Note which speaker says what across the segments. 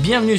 Speaker 1: Bienvenue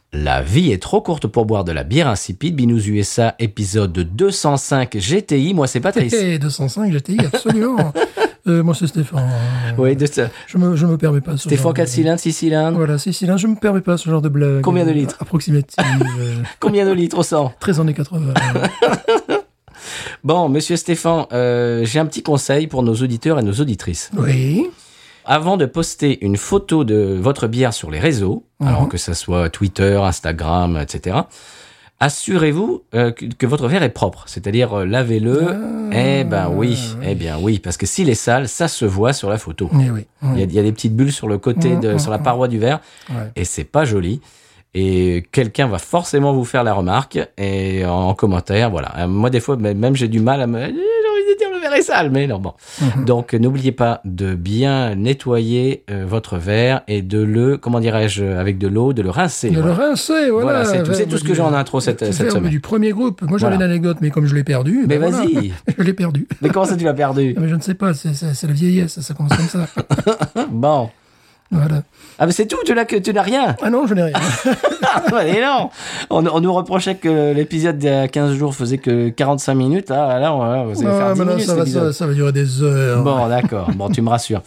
Speaker 1: La vie est trop courte pour boire de la bière insipide. Binous USA, épisode 205 GTI. Moi, c'est Patrice.
Speaker 2: Et 205 GTI, absolument. Euh, moi, c'est Stéphane.
Speaker 1: oui, de ça.
Speaker 2: Je me, je me permets pas. Ce
Speaker 1: Stéphane
Speaker 2: genre
Speaker 1: 4
Speaker 2: de...
Speaker 1: cylindres, 6 cylindres.
Speaker 2: Voilà, c'est cylindres. Je me permets pas ce genre de blague.
Speaker 1: Combien de
Speaker 2: euh,
Speaker 1: litres
Speaker 2: Approximative. euh,
Speaker 1: Combien de litres au 100
Speaker 2: 13 années 80. euh,
Speaker 1: Bon, monsieur Stéphane, euh, j'ai un petit conseil pour nos auditeurs et nos auditrices.
Speaker 2: oui.
Speaker 1: Avant de poster une photo de votre bière sur les réseaux,
Speaker 2: Mhm.
Speaker 1: alors que ça soit Twitter, Instagram, etc., assurez-vous euh, que, que votre verre est propre, c'est-à-dire euh, lavez-le.
Speaker 2: Ah,
Speaker 1: eh ben oui, eh bien oui, parce que s'il est sale, ça se voit sur la photo.
Speaker 2: Eh oui.
Speaker 1: Il y, a, il y a des petites bulles sur le côté, de,
Speaker 2: Mhm,
Speaker 1: sur la paroi du verre,
Speaker 2: Ouais.
Speaker 1: et c'est pas joli. Et quelqu'un va forcément vous faire la remarque et en commentaire, voilà. Euh, Moi, des fois, même même j'ai du mal à me. Eh, J'ai envie de dire le verre est sale, mais non, bon.
Speaker 2: Mhm.
Speaker 1: Donc, n'oubliez pas de bien nettoyer euh, votre verre et de le, comment dirais-je, avec de l'eau, de le rincer.
Speaker 2: De le
Speaker 1: voilà.
Speaker 2: rincer, voilà.
Speaker 1: Voilà, c'est tout- c'est tout ce que j'ai en intro cette- cette
Speaker 2: verbe
Speaker 1: semaine.
Speaker 2: du premier groupe. Moi, j'avais
Speaker 1: Voilà.
Speaker 2: l'anecdote, mais comme je l'ai perdu.
Speaker 1: Mais
Speaker 2: ben voilà.
Speaker 1: vas-y.
Speaker 2: je l'ai perdu.
Speaker 1: Mais comment ça, tu l'as perdu
Speaker 2: Ah, mais je ne sais pas, c'est- c'est c'est la vieillesse, ça commence comme ça.
Speaker 1: Bon.
Speaker 2: voilà.
Speaker 1: Ah, mais c'est tout, tu n'as que- tu n'as rien.
Speaker 2: Ah non, je n'ai rien.
Speaker 1: Allez, non. On, on nous reprochait que l'épisode d'il y a 15 jours faisait que 45 minutes. Ah, là, on, vous allez
Speaker 2: Ah,
Speaker 1: faire 10
Speaker 2: mais non,
Speaker 1: minutes,
Speaker 2: ça,
Speaker 1: cet
Speaker 2: va,
Speaker 1: épisode.
Speaker 2: ça, ça va durer des heures.
Speaker 1: Bon, d'accord. Bon, tu me rassures.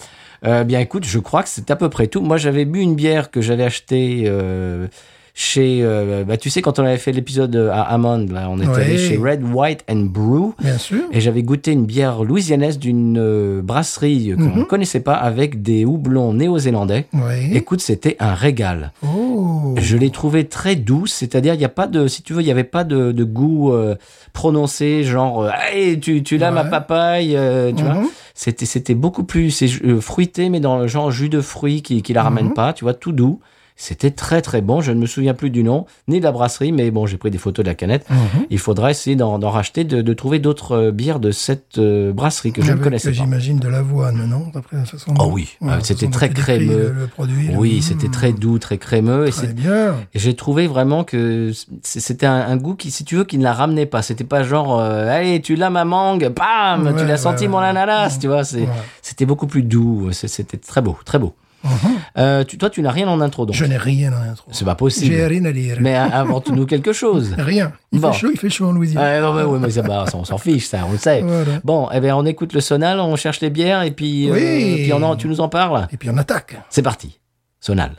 Speaker 1: Euh, bien, écoute, je crois que c'est à peu près tout. Moi, j'avais bu une bière que j'avais achetée euh, chez. euh, bah, tu sais, quand on avait fait l'épisode euh, à Hammond, là, on était
Speaker 2: Ouais.
Speaker 1: allé chez Red, White and Brew.
Speaker 2: Bien sûr.
Speaker 1: Et j'avais goûté une bière louisianaise d'une euh, brasserie qu'on
Speaker 2: Mhm.
Speaker 1: ne connaissait pas avec des houblons néo-zélandais.
Speaker 2: Oui.
Speaker 1: Écoute, c'était un régal.
Speaker 2: Oh.
Speaker 1: Je l'ai trouvée très douce, c'est-à-dire il y a pas de, si tu veux, il n'y avait pas de, de goût euh, prononcé, genre euh, hey, tu tu l'as ma
Speaker 2: Ouais.
Speaker 1: papaye, euh, tu vois.
Speaker 2: Mhm.
Speaker 1: C'était c'était beaucoup plus c'est euh, fruité mais dans le genre jus de fruits qui qui la ramène
Speaker 2: Mhm.
Speaker 1: pas, tu vois, tout doux. C'était très très bon. Je ne me souviens plus du nom ni de la brasserie, mais bon, j'ai pris des photos de la canette.
Speaker 2: Mhm.
Speaker 1: Il faudra essayer d'en d'en racheter, de, de trouver d'autres euh, bières de cette euh, brasserie que je ne
Speaker 2: Avec,
Speaker 1: connaissais pas.
Speaker 2: J'imagine de l'avoine, non D'après la façon
Speaker 1: Oh oui,
Speaker 2: Ouais,
Speaker 1: euh,
Speaker 2: la
Speaker 1: c'était
Speaker 2: façon dont
Speaker 1: très
Speaker 2: tu décris
Speaker 1: crémeux.
Speaker 2: Le, le produit, là.
Speaker 1: Oui,
Speaker 2: Mmh.
Speaker 1: c'était très doux, très crémeux. Et c'est-
Speaker 2: Très bien.
Speaker 1: Et J'ai trouvé vraiment que c- c'était un, un goût qui, si tu veux, qui ne la ramenait pas. C'était pas genre, euh, allez, tu l'as ma mangue, bam,
Speaker 2: Ouais,
Speaker 1: tu l'as
Speaker 2: ouais,
Speaker 1: senti
Speaker 2: ouais,
Speaker 1: mon
Speaker 2: ouais.
Speaker 1: ananas, tu vois. c'est-
Speaker 2: Ouais.
Speaker 1: C'était beaucoup plus doux. c'est- C'était très beau, très beau.
Speaker 2: Mhm.
Speaker 1: Euh, tu, toi, tu n'as rien en intro, donc.
Speaker 2: Je n'ai rien à l'intro.
Speaker 1: C'est pas possible.
Speaker 2: J'ai rien à lire.
Speaker 1: Mais euh, invente-nous quelque chose.
Speaker 2: Rien. Il
Speaker 1: Bon.
Speaker 2: fait chaud, il fait chaud en Louisiane.
Speaker 1: Ouais, non, mais, oui, mais ça, bah, ça, on s'en fiche, ça, on le sait.
Speaker 2: Voilà.
Speaker 1: Bon, eh bien, on écoute le sonal, on cherche les bières, et puis, euh,
Speaker 2: Oui.
Speaker 1: puis on en- tu nous en parles.
Speaker 2: Et puis on attaque.
Speaker 1: C'est parti. Sonal.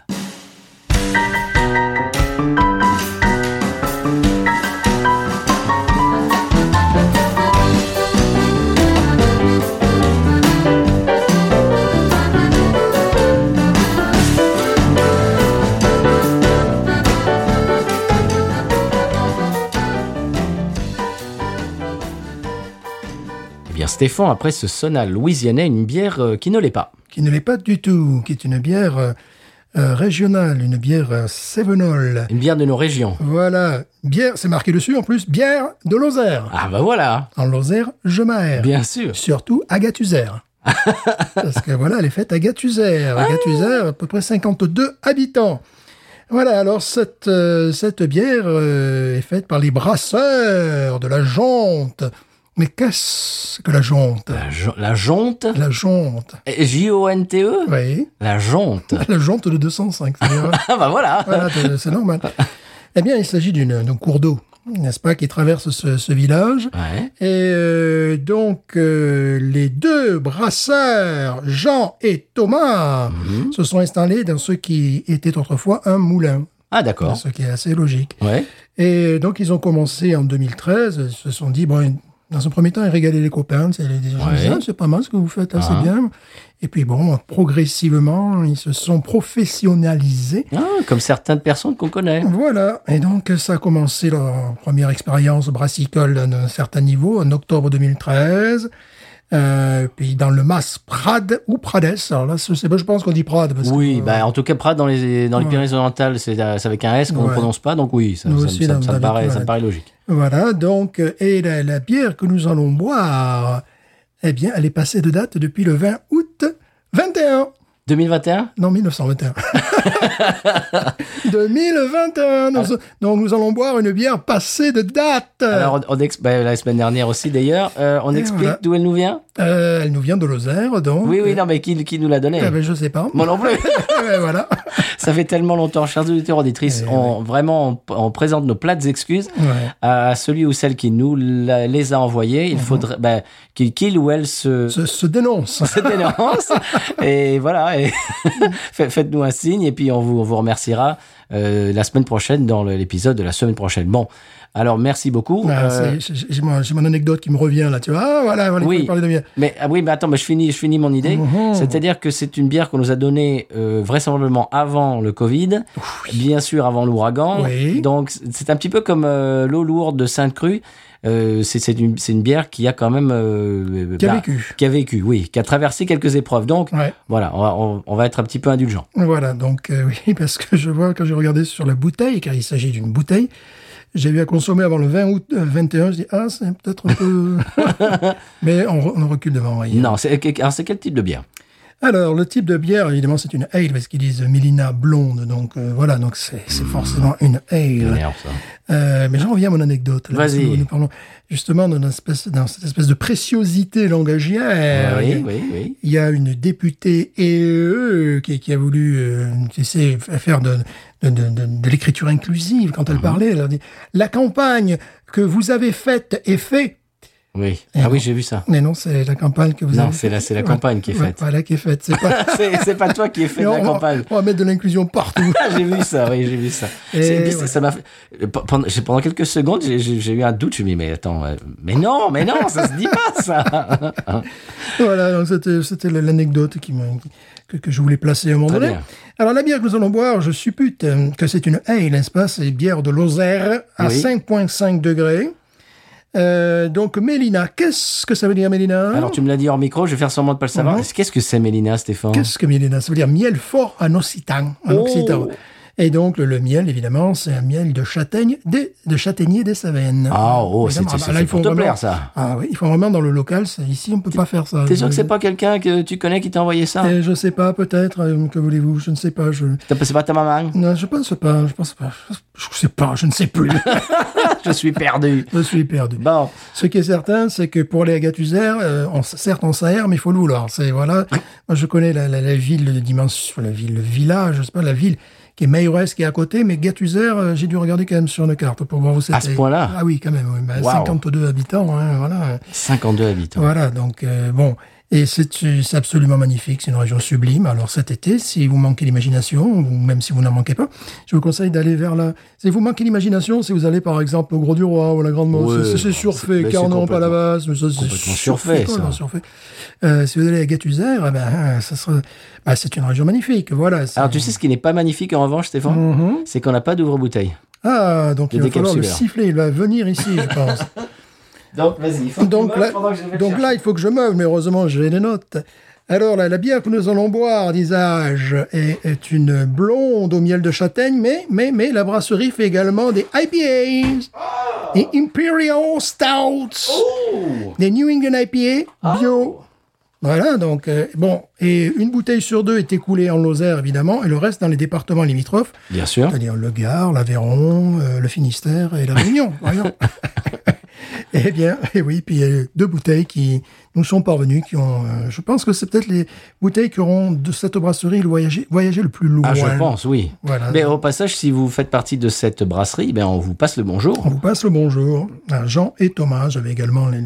Speaker 1: Eh bien, Stéphane, après ce sonal louisianais, une bière euh, qui ne l'est pas.
Speaker 2: Qui ne l'est pas du tout, qui est une bière euh, euh, régionale, une bière euh, Sevenol.
Speaker 1: Une bière de nos régions.
Speaker 2: Voilà. Bière, c'est marqué dessus en plus, bière de Lozère.
Speaker 1: Ah, bah voilà.
Speaker 2: En Lozère, je m'aère.
Speaker 1: Bien sûr.
Speaker 2: Surtout à Gathuser. Parce que voilà, elle est faite à Gathuser. À Gathuser, à peu près 52 habitants. Voilà, alors cette, euh, cette bière euh, est faite par les brasseurs de la Jonte. Mais qu'est-ce que la Jonte
Speaker 1: La, jo- la jonte
Speaker 2: La Jonte.
Speaker 1: Eh, J-O-N-T-E
Speaker 2: Oui,
Speaker 1: La jonte.
Speaker 2: la Jonte de 205. c'est-à-dire,
Speaker 1: Ah bah voilà
Speaker 2: hein voilà, c'est- c'est normal. Eh bien, il s'agit d'une- d'un cours d'eau, n'est-ce pas, qui traverse ce- ce village.
Speaker 1: Ouais.
Speaker 2: Et euh, donc, euh, les deux brasseurs, Jean et Thomas, se sont installés dans ce qui était autrefois un moulin,
Speaker 1: Ah d'accord.
Speaker 2: ce qui est assez logique.
Speaker 1: Ouais.
Speaker 2: Et donc, ils ont commencé en 2013, ils se sont dit, bon, dans un premier temps, ils régalaient les copains, c'est les les gens
Speaker 1: Ouais.
Speaker 2: disaient, Ah, c'est pas mal ce que vous faites, ah, c'est bien. Et puis, bon, progressivement, ils se sont professionnalisés.
Speaker 1: Ah, comme certaines personnes qu'on connaît.
Speaker 2: Voilà, et donc ça a commencé leur première expérience brassicole d'un certain niveau en octobre 2013. Euh, puis dans le Mas Prades ou Prades. Alors là, c'est- je pense qu'on dit Prades. parce que,
Speaker 1: Oui,
Speaker 2: euh,
Speaker 1: bah, en tout cas, Prades, dans les, dans les
Speaker 2: Ouais.
Speaker 1: Pyrénées-Orientales, c'est euh, c'est avec un S qu'on ne
Speaker 2: Ouais.
Speaker 1: prononce pas, donc oui, ça,
Speaker 2: Nous
Speaker 1: ça-
Speaker 2: aussi,
Speaker 1: ça-
Speaker 2: dans-
Speaker 1: ça
Speaker 2: dans
Speaker 1: me
Speaker 2: les
Speaker 1: paraît, ça me
Speaker 2: Pyrénées.
Speaker 1: paraît logique.
Speaker 2: Voilà, donc, euh, et la, la bière que nous allons boire, eh bien, elle est passée de date depuis le 20 août 21.
Speaker 1: 2021
Speaker 2: Non, 1921. 2021. nous- donc, nous allons boire une bière passée de date.
Speaker 1: Ah. Alors, on, on ex- bah, la semaine dernière aussi, d'ailleurs, euh, on
Speaker 2: Euh. Et
Speaker 1: explique
Speaker 2: voilà.
Speaker 1: d'où elle nous vient
Speaker 2: Euh, elle nous vient de Lozère, donc.
Speaker 1: Oui, oui, non, mais qui, qui nous l'a donnée
Speaker 2: Euh, ben, je sais pas.
Speaker 1: Moi non plus
Speaker 2: Ouais, voilà.
Speaker 1: Ça fait tellement longtemps, chers auditeurs, auditrices,
Speaker 2: Eh
Speaker 1: on, vraiment, on, on présente nos plates excuses
Speaker 2: Ouais.
Speaker 1: à celui ou celle qui nous la- les a envoyés. Il faudrait bah, qu'il qu'il ou elle se...
Speaker 2: Se, se dénonce.
Speaker 1: se dénonce. et voilà, et fait- faites-nous un signe et puis on vous, on vous remerciera euh, la semaine prochaine dans le- l'épisode de la semaine prochaine. Bon, alors merci beaucoup.
Speaker 2: Ah,
Speaker 1: Euh,
Speaker 2: c'est- J'ai j'ai mon, j'ai mon anecdote qui me revient là, tu vois. Ah, voilà, voilà, il
Speaker 1: Oui.
Speaker 2: fallait parler de bière.
Speaker 1: Mais ah oui, mais attends, mais je finis, je finis mon idée.
Speaker 2: Mhm.
Speaker 1: C'est-à-dire que c'est une bière qu'on nous a donnée euh, vraisemblablement avant le Covid, bien sûr avant l'ouragan.
Speaker 2: Oui.
Speaker 1: Donc c'est c'est un petit peu comme euh, l'eau lourde de Sainte-Crue. Euh, c'est c'est une, c'est une bière qui a quand même euh,
Speaker 2: Qui a
Speaker 1: bah,
Speaker 2: vécu.
Speaker 1: qui a vécu, oui, qui a traversé quelques épreuves. Donc
Speaker 2: Ouais.
Speaker 1: voilà, on va, on- on va être un petit peu indulgent.
Speaker 2: Voilà, donc euh, oui, parce que je vois quand j'ai regardé sur la bouteille, car il s'agit d'une bouteille, j'ai eu à consommer avant le 20 août euh, 21, je dis ah c'est peut-être un peu, mais on, re- on recule devant. oui.
Speaker 1: Non, c'est alors c'est quel type de bière
Speaker 2: Alors le type de bière, évidemment c'est une ale parce qu'ils disent Mélina blonde, donc euh, voilà, donc c'est c'est forcément une ale.
Speaker 1: Énerve, ça.
Speaker 2: Euh, mais j'en reviens à mon anecdote. là, parce que
Speaker 1: Vas-y.
Speaker 2: Nous, nous parlons justement d'une espèce, dans cette espèce de préciosité langagière. Il y a-
Speaker 1: oui, oui, oui.
Speaker 2: il y a une députée EE qui, qui a voulu euh, tu sais, faire de, de, de- de- de l'écriture inclusive quand
Speaker 1: Mhm.
Speaker 2: elle parlait. Elle a dit La campagne que vous avez faite est faite.
Speaker 1: oui. Ah oui, j'ai vu ça.
Speaker 2: Mais non, c'est la campagne que vous
Speaker 1: Non,
Speaker 2: avez
Speaker 1: c'est la- c'est la
Speaker 2: Ouais,
Speaker 1: campagne qui est
Speaker 2: ouais,
Speaker 1: faite.
Speaker 2: Voilà, qui est faite. C'est pas.
Speaker 1: C'est c'est pas toi qui ai fait
Speaker 2: Mais
Speaker 1: de
Speaker 2: on,
Speaker 1: la
Speaker 2: va-
Speaker 1: campagne.
Speaker 2: on va mettre de l'inclusion partout.
Speaker 1: Ah, j'ai vu ça, oui, j'ai vu ça.
Speaker 2: Et
Speaker 1: C'est- puis,
Speaker 2: ouais.
Speaker 1: ça m'a fait- euh, pe- Pendant, j'ai- pendant quelques secondes, j'ai- j'ai j'ai eu un doute. Je me suis dit, mais attends, euh, mais non, mais non, ça se dit pas, ça.
Speaker 2: voilà, donc c'était, c'était l'anecdote qui me- qui- que, que je voulais placer à un moment
Speaker 1: Très
Speaker 2: donné.
Speaker 1: bien.
Speaker 2: Alors, la bière que nous allons boire, je suppute euh, que c'est une ale, n'est-ce pas C'est une bière de Lozère à
Speaker 1: Oui.
Speaker 2: 5,5 degrés. Euh, donc, Mélina, qu'est-ce que ça veut dire, Mélina
Speaker 1: Alors, tu me l'as dit hors micro, je vais faire semblant de pas le savoir.
Speaker 2: Mhm.
Speaker 1: Qu'est-ce que c'est, Mélina, Stéphane
Speaker 2: Qu'est-ce que Mélina Ça veut dire miel fort en occitan. En
Speaker 1: Oh.
Speaker 2: occitan. Et donc, le, le miel, évidemment, c'est un miel de châtaigne, des, de châtaignier des Cévennes.
Speaker 1: Ah, oh, c'est
Speaker 2: Évidemment,
Speaker 1: c'est-
Speaker 2: ah, là,
Speaker 1: c'est
Speaker 2: il faut
Speaker 1: pour te
Speaker 2: vraiment-
Speaker 1: plaire, ça.
Speaker 2: Ah oui, il faut vraiment dans le local, c'est- ici, on peut pas faire ça. Euh,
Speaker 1: T'es sûr que c'est pas quelqu'un que tu connais qui t'a envoyé ça
Speaker 2: Eh, Je sais pas, peut-être, euh, que voulez-vous, je ne sais pas, je...
Speaker 1: T'as- C'est pas ta maman
Speaker 2: Non, je pense pas, je pense pas, je sais pas, je ne sais plus,
Speaker 1: Je suis perdu.
Speaker 2: je suis perdu.
Speaker 1: Bon,
Speaker 2: Ce qui est certain, c'est que pour les Agatusaires, euh, on, certes on s'aère, mais il faut le vouloir. C'est voilà. Moi, je connais la, la- la ville de dimension, la ville, le village, je sais pas, la ville qui est Mayores qui est à côté, mais Gatusaire, euh, j'ai dû regarder quand même sur une carte pour voir où c'était.
Speaker 1: À ce point-là
Speaker 2: Ah oui, quand même. oui, bah,
Speaker 1: Wow.
Speaker 2: 52 habitants, hein, voilà.
Speaker 1: 52 habitants.
Speaker 2: Voilà, donc euh, bon. Et c'est c'est absolument magnifique, c'est une région sublime. Alors cet été, si vous manquez d'imagination, ou même si vous n'en manquez pas, je vous conseille d'aller vers la... Si vous manquez d'imagination, si vous allez par exemple au Gros du Roi ou à la Grande Mosse,
Speaker 1: Ouais,
Speaker 2: c'est- c'est
Speaker 1: bon, c'est-
Speaker 2: surfait,
Speaker 1: mais c'est
Speaker 2: Carnon,
Speaker 1: complètement-
Speaker 2: Palavas, mais ça, c'est
Speaker 1: complètement surfait, ça.
Speaker 2: complètement surfait. Euh, si vous allez à Gathuser, eh ben, hein, ça sera... bah, c'est une région magnifique, voilà. c'est-
Speaker 1: Alors, Ah, tu sais ce qui n'est pas magnifique en revanche, Stéphane
Speaker 2: Mm-hmm.
Speaker 1: C'est qu'on n'a pas d'ouvre-bouteille.
Speaker 2: Ah, donc
Speaker 1: Le
Speaker 2: il va falloir le
Speaker 1: décapsuleur.
Speaker 2: siffler, il va venir ici, je pense.
Speaker 1: Donc, vas-y,
Speaker 2: Donc, là, donc là, il faut que je meuble, mais heureusement, j'ai les notes. Alors, la, la bière que nous allons boire, disais-je, est, est une blonde au miel de châtaigne, mais, mais, mais la brasserie fait également des IPAs, des Imperial Stouts, des New England IPA bio. Voilà, donc, euh, bon, et une bouteille sur deux est écoulée en Lozère, évidemment, et le reste dans les départements limitrophes,
Speaker 1: Bien sûr.
Speaker 2: c'est-à-dire le Gard, l'Aveyron, euh, le Finistère et la Réunion. voyons. eh bien, et oui, puis il y a eu deux bouteilles qui nous sont parvenues, qui ont, euh, je pense que c'est peut-être les bouteilles qui auront de cette brasserie voyagé, voyagé le plus loin.
Speaker 1: Ah, je pense, oui.
Speaker 2: Voilà.
Speaker 1: Mais au passage, si vous faites partie de cette brasserie, ben, on vous passe le bonjour.
Speaker 2: On vous passe le bonjour à Jean et Thomas. J'avais également les,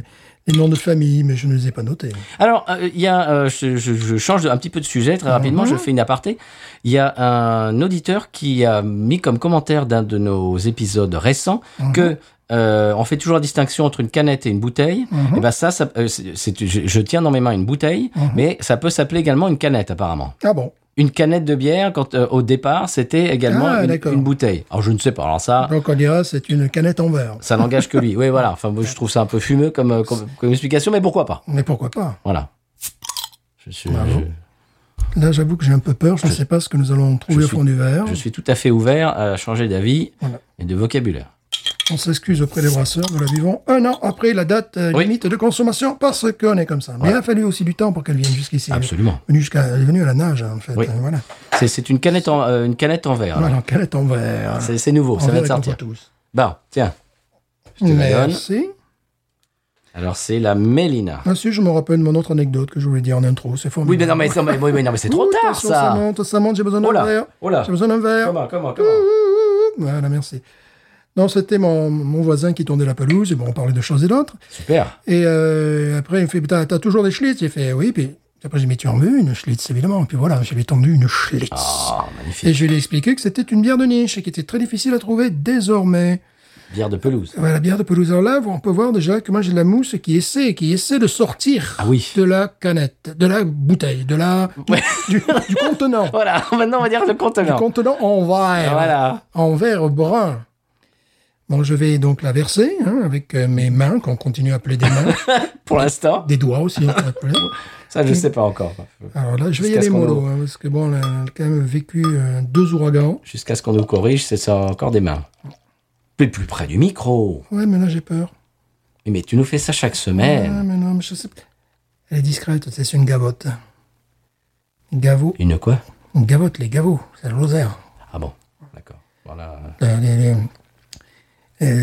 Speaker 2: les noms de famille, mais je ne les ai pas notés.
Speaker 1: Alors, euh, il y a, euh, je, je- je change un petit peu de sujet très rapidement,
Speaker 2: Mhm.
Speaker 1: je fais une aparté. Il y a un auditeur qui a mis comme commentaire d'un de nos épisodes récents
Speaker 2: Mhm.
Speaker 1: que euh, on fait toujours la distinction entre une canette et une bouteille.
Speaker 2: Mhm.
Speaker 1: Et ben ça, ça, euh, c'est- c'est- je, je tiens dans mes mains une bouteille, mais ça peut s'appeler également une canette apparemment.
Speaker 2: Ah bon
Speaker 1: une canette de bière, quand, euh, au départ, c'était également
Speaker 2: Ah,
Speaker 1: une,
Speaker 2: d'accord.
Speaker 1: une bouteille. Alors, je ne sais pas. Alors, ça,
Speaker 2: Donc on dira c'est une canette en verre.
Speaker 1: ça n'engage que lui. Oui, voilà. Enfin, moi, je trouve ça un peu fumeux comme, euh, comme, comme explication, mais pourquoi pas
Speaker 2: Mais pourquoi pas
Speaker 1: Voilà. Je suis,
Speaker 2: Bravo.
Speaker 1: je,
Speaker 2: Là, j'avoue que j'ai un peu peur. Je ne sais pas ce que nous allons trouver
Speaker 1: je
Speaker 2: au fond du verre.
Speaker 1: je suis tout à fait ouvert à changer d'avis
Speaker 2: Voilà.
Speaker 1: et de vocabulaire.
Speaker 2: On s'excuse auprès des brasseurs. Nous la vivons un an après la date euh,
Speaker 1: Oui.
Speaker 2: limite de consommation parce qu'on est comme ça. Mais il a fallu aussi du temps pour qu'elle vienne jusqu'ici.
Speaker 1: Absolument.
Speaker 2: Elle est venue jusqu'à- elle est venue à la nage, hein, en fait.
Speaker 1: Oui.
Speaker 2: Euh, Voilà.
Speaker 1: C'est- C'est une canette en, euh, une canette en verre. là.
Speaker 2: Voilà, canette en verre.
Speaker 1: C'est c'est nouveau,
Speaker 2: En
Speaker 1: ça
Speaker 2: verre
Speaker 1: va
Speaker 2: et
Speaker 1: de sortir.
Speaker 2: contre tous.
Speaker 1: Bah, tiens. Je te la donne.
Speaker 2: Merci.
Speaker 1: Alors, c'est la Mélina.
Speaker 2: Ensuite, je me rappelle mon autre anecdote que je voulais dire en intro. C'est formidable.
Speaker 1: Oui, mais non, mais, non, mais- oui, mais non, mais c'est trop
Speaker 2: Ouh,
Speaker 1: tard,
Speaker 2: attention, Ça
Speaker 1: ça.
Speaker 2: monte, ça monte, j'ai besoin
Speaker 1: Oh
Speaker 2: d'un
Speaker 1: là,
Speaker 2: verre.
Speaker 1: oh là.
Speaker 2: J'ai besoin d'un verre.
Speaker 1: Comment, comment, comment
Speaker 2: Voilà, merci. Non, c'était mon, mon voisin qui tournait la pelouse. Et bon, on parlait de choses et d'autres.
Speaker 1: Super.
Speaker 2: Et euh, après, il me fait, t'as, t'as toujours des schlitz J'ai fait, oui. Puis après, j'ai dit, mais tu en veux une schlitz, évidemment. Puis voilà, je lui ai tendu une schlitz.
Speaker 1: Oh, magnifique.
Speaker 2: et je lui ai expliqué que c'était une bière de niche et qui était très difficile à trouver désormais.
Speaker 1: Bière de pelouse.
Speaker 2: Voilà, la bière de pelouse. Alors là, on peut voir déjà que moi, j'ai de la mousse qui essaie, qui essaie de sortir
Speaker 1: Ah oui.
Speaker 2: de la canette, de la bouteille, de la, du- du, du contenant.
Speaker 1: Voilà, maintenant, on va dire le
Speaker 2: Du
Speaker 1: contenant.
Speaker 2: contenant en verre.
Speaker 1: Voilà.
Speaker 2: En verre brun. Bon, je vais donc la verser hein, avec euh, mes mains, qu'on continue à appeler des mains,
Speaker 1: Pour l'instant,
Speaker 2: des doigts aussi. on peut appeler.
Speaker 1: ça, je sais pas encore.
Speaker 2: Alors là, je vais y
Speaker 1: Jusqu'à
Speaker 2: aller
Speaker 1: ce qu'on
Speaker 2: mollo, hein, parce que bon, on a quand même vécu euh, deux ouragans.
Speaker 1: Jusqu'à ce qu'on nous corrige, c'est ça encore des mains. Plus, plus près du micro.
Speaker 2: Ouais, mais là, j'ai peur.
Speaker 1: Mais- Mais tu nous fais ça chaque
Speaker 2: Ah,
Speaker 1: semaine.
Speaker 2: mais non, mais je sais pas. Elle est discrète, c'est une gavotte. Gavo,
Speaker 1: Une quoi
Speaker 2: une gavotte, les gavots, c'est la Lozère.
Speaker 1: Ah bon, d'accord. Voilà.
Speaker 2: Euh, les, les-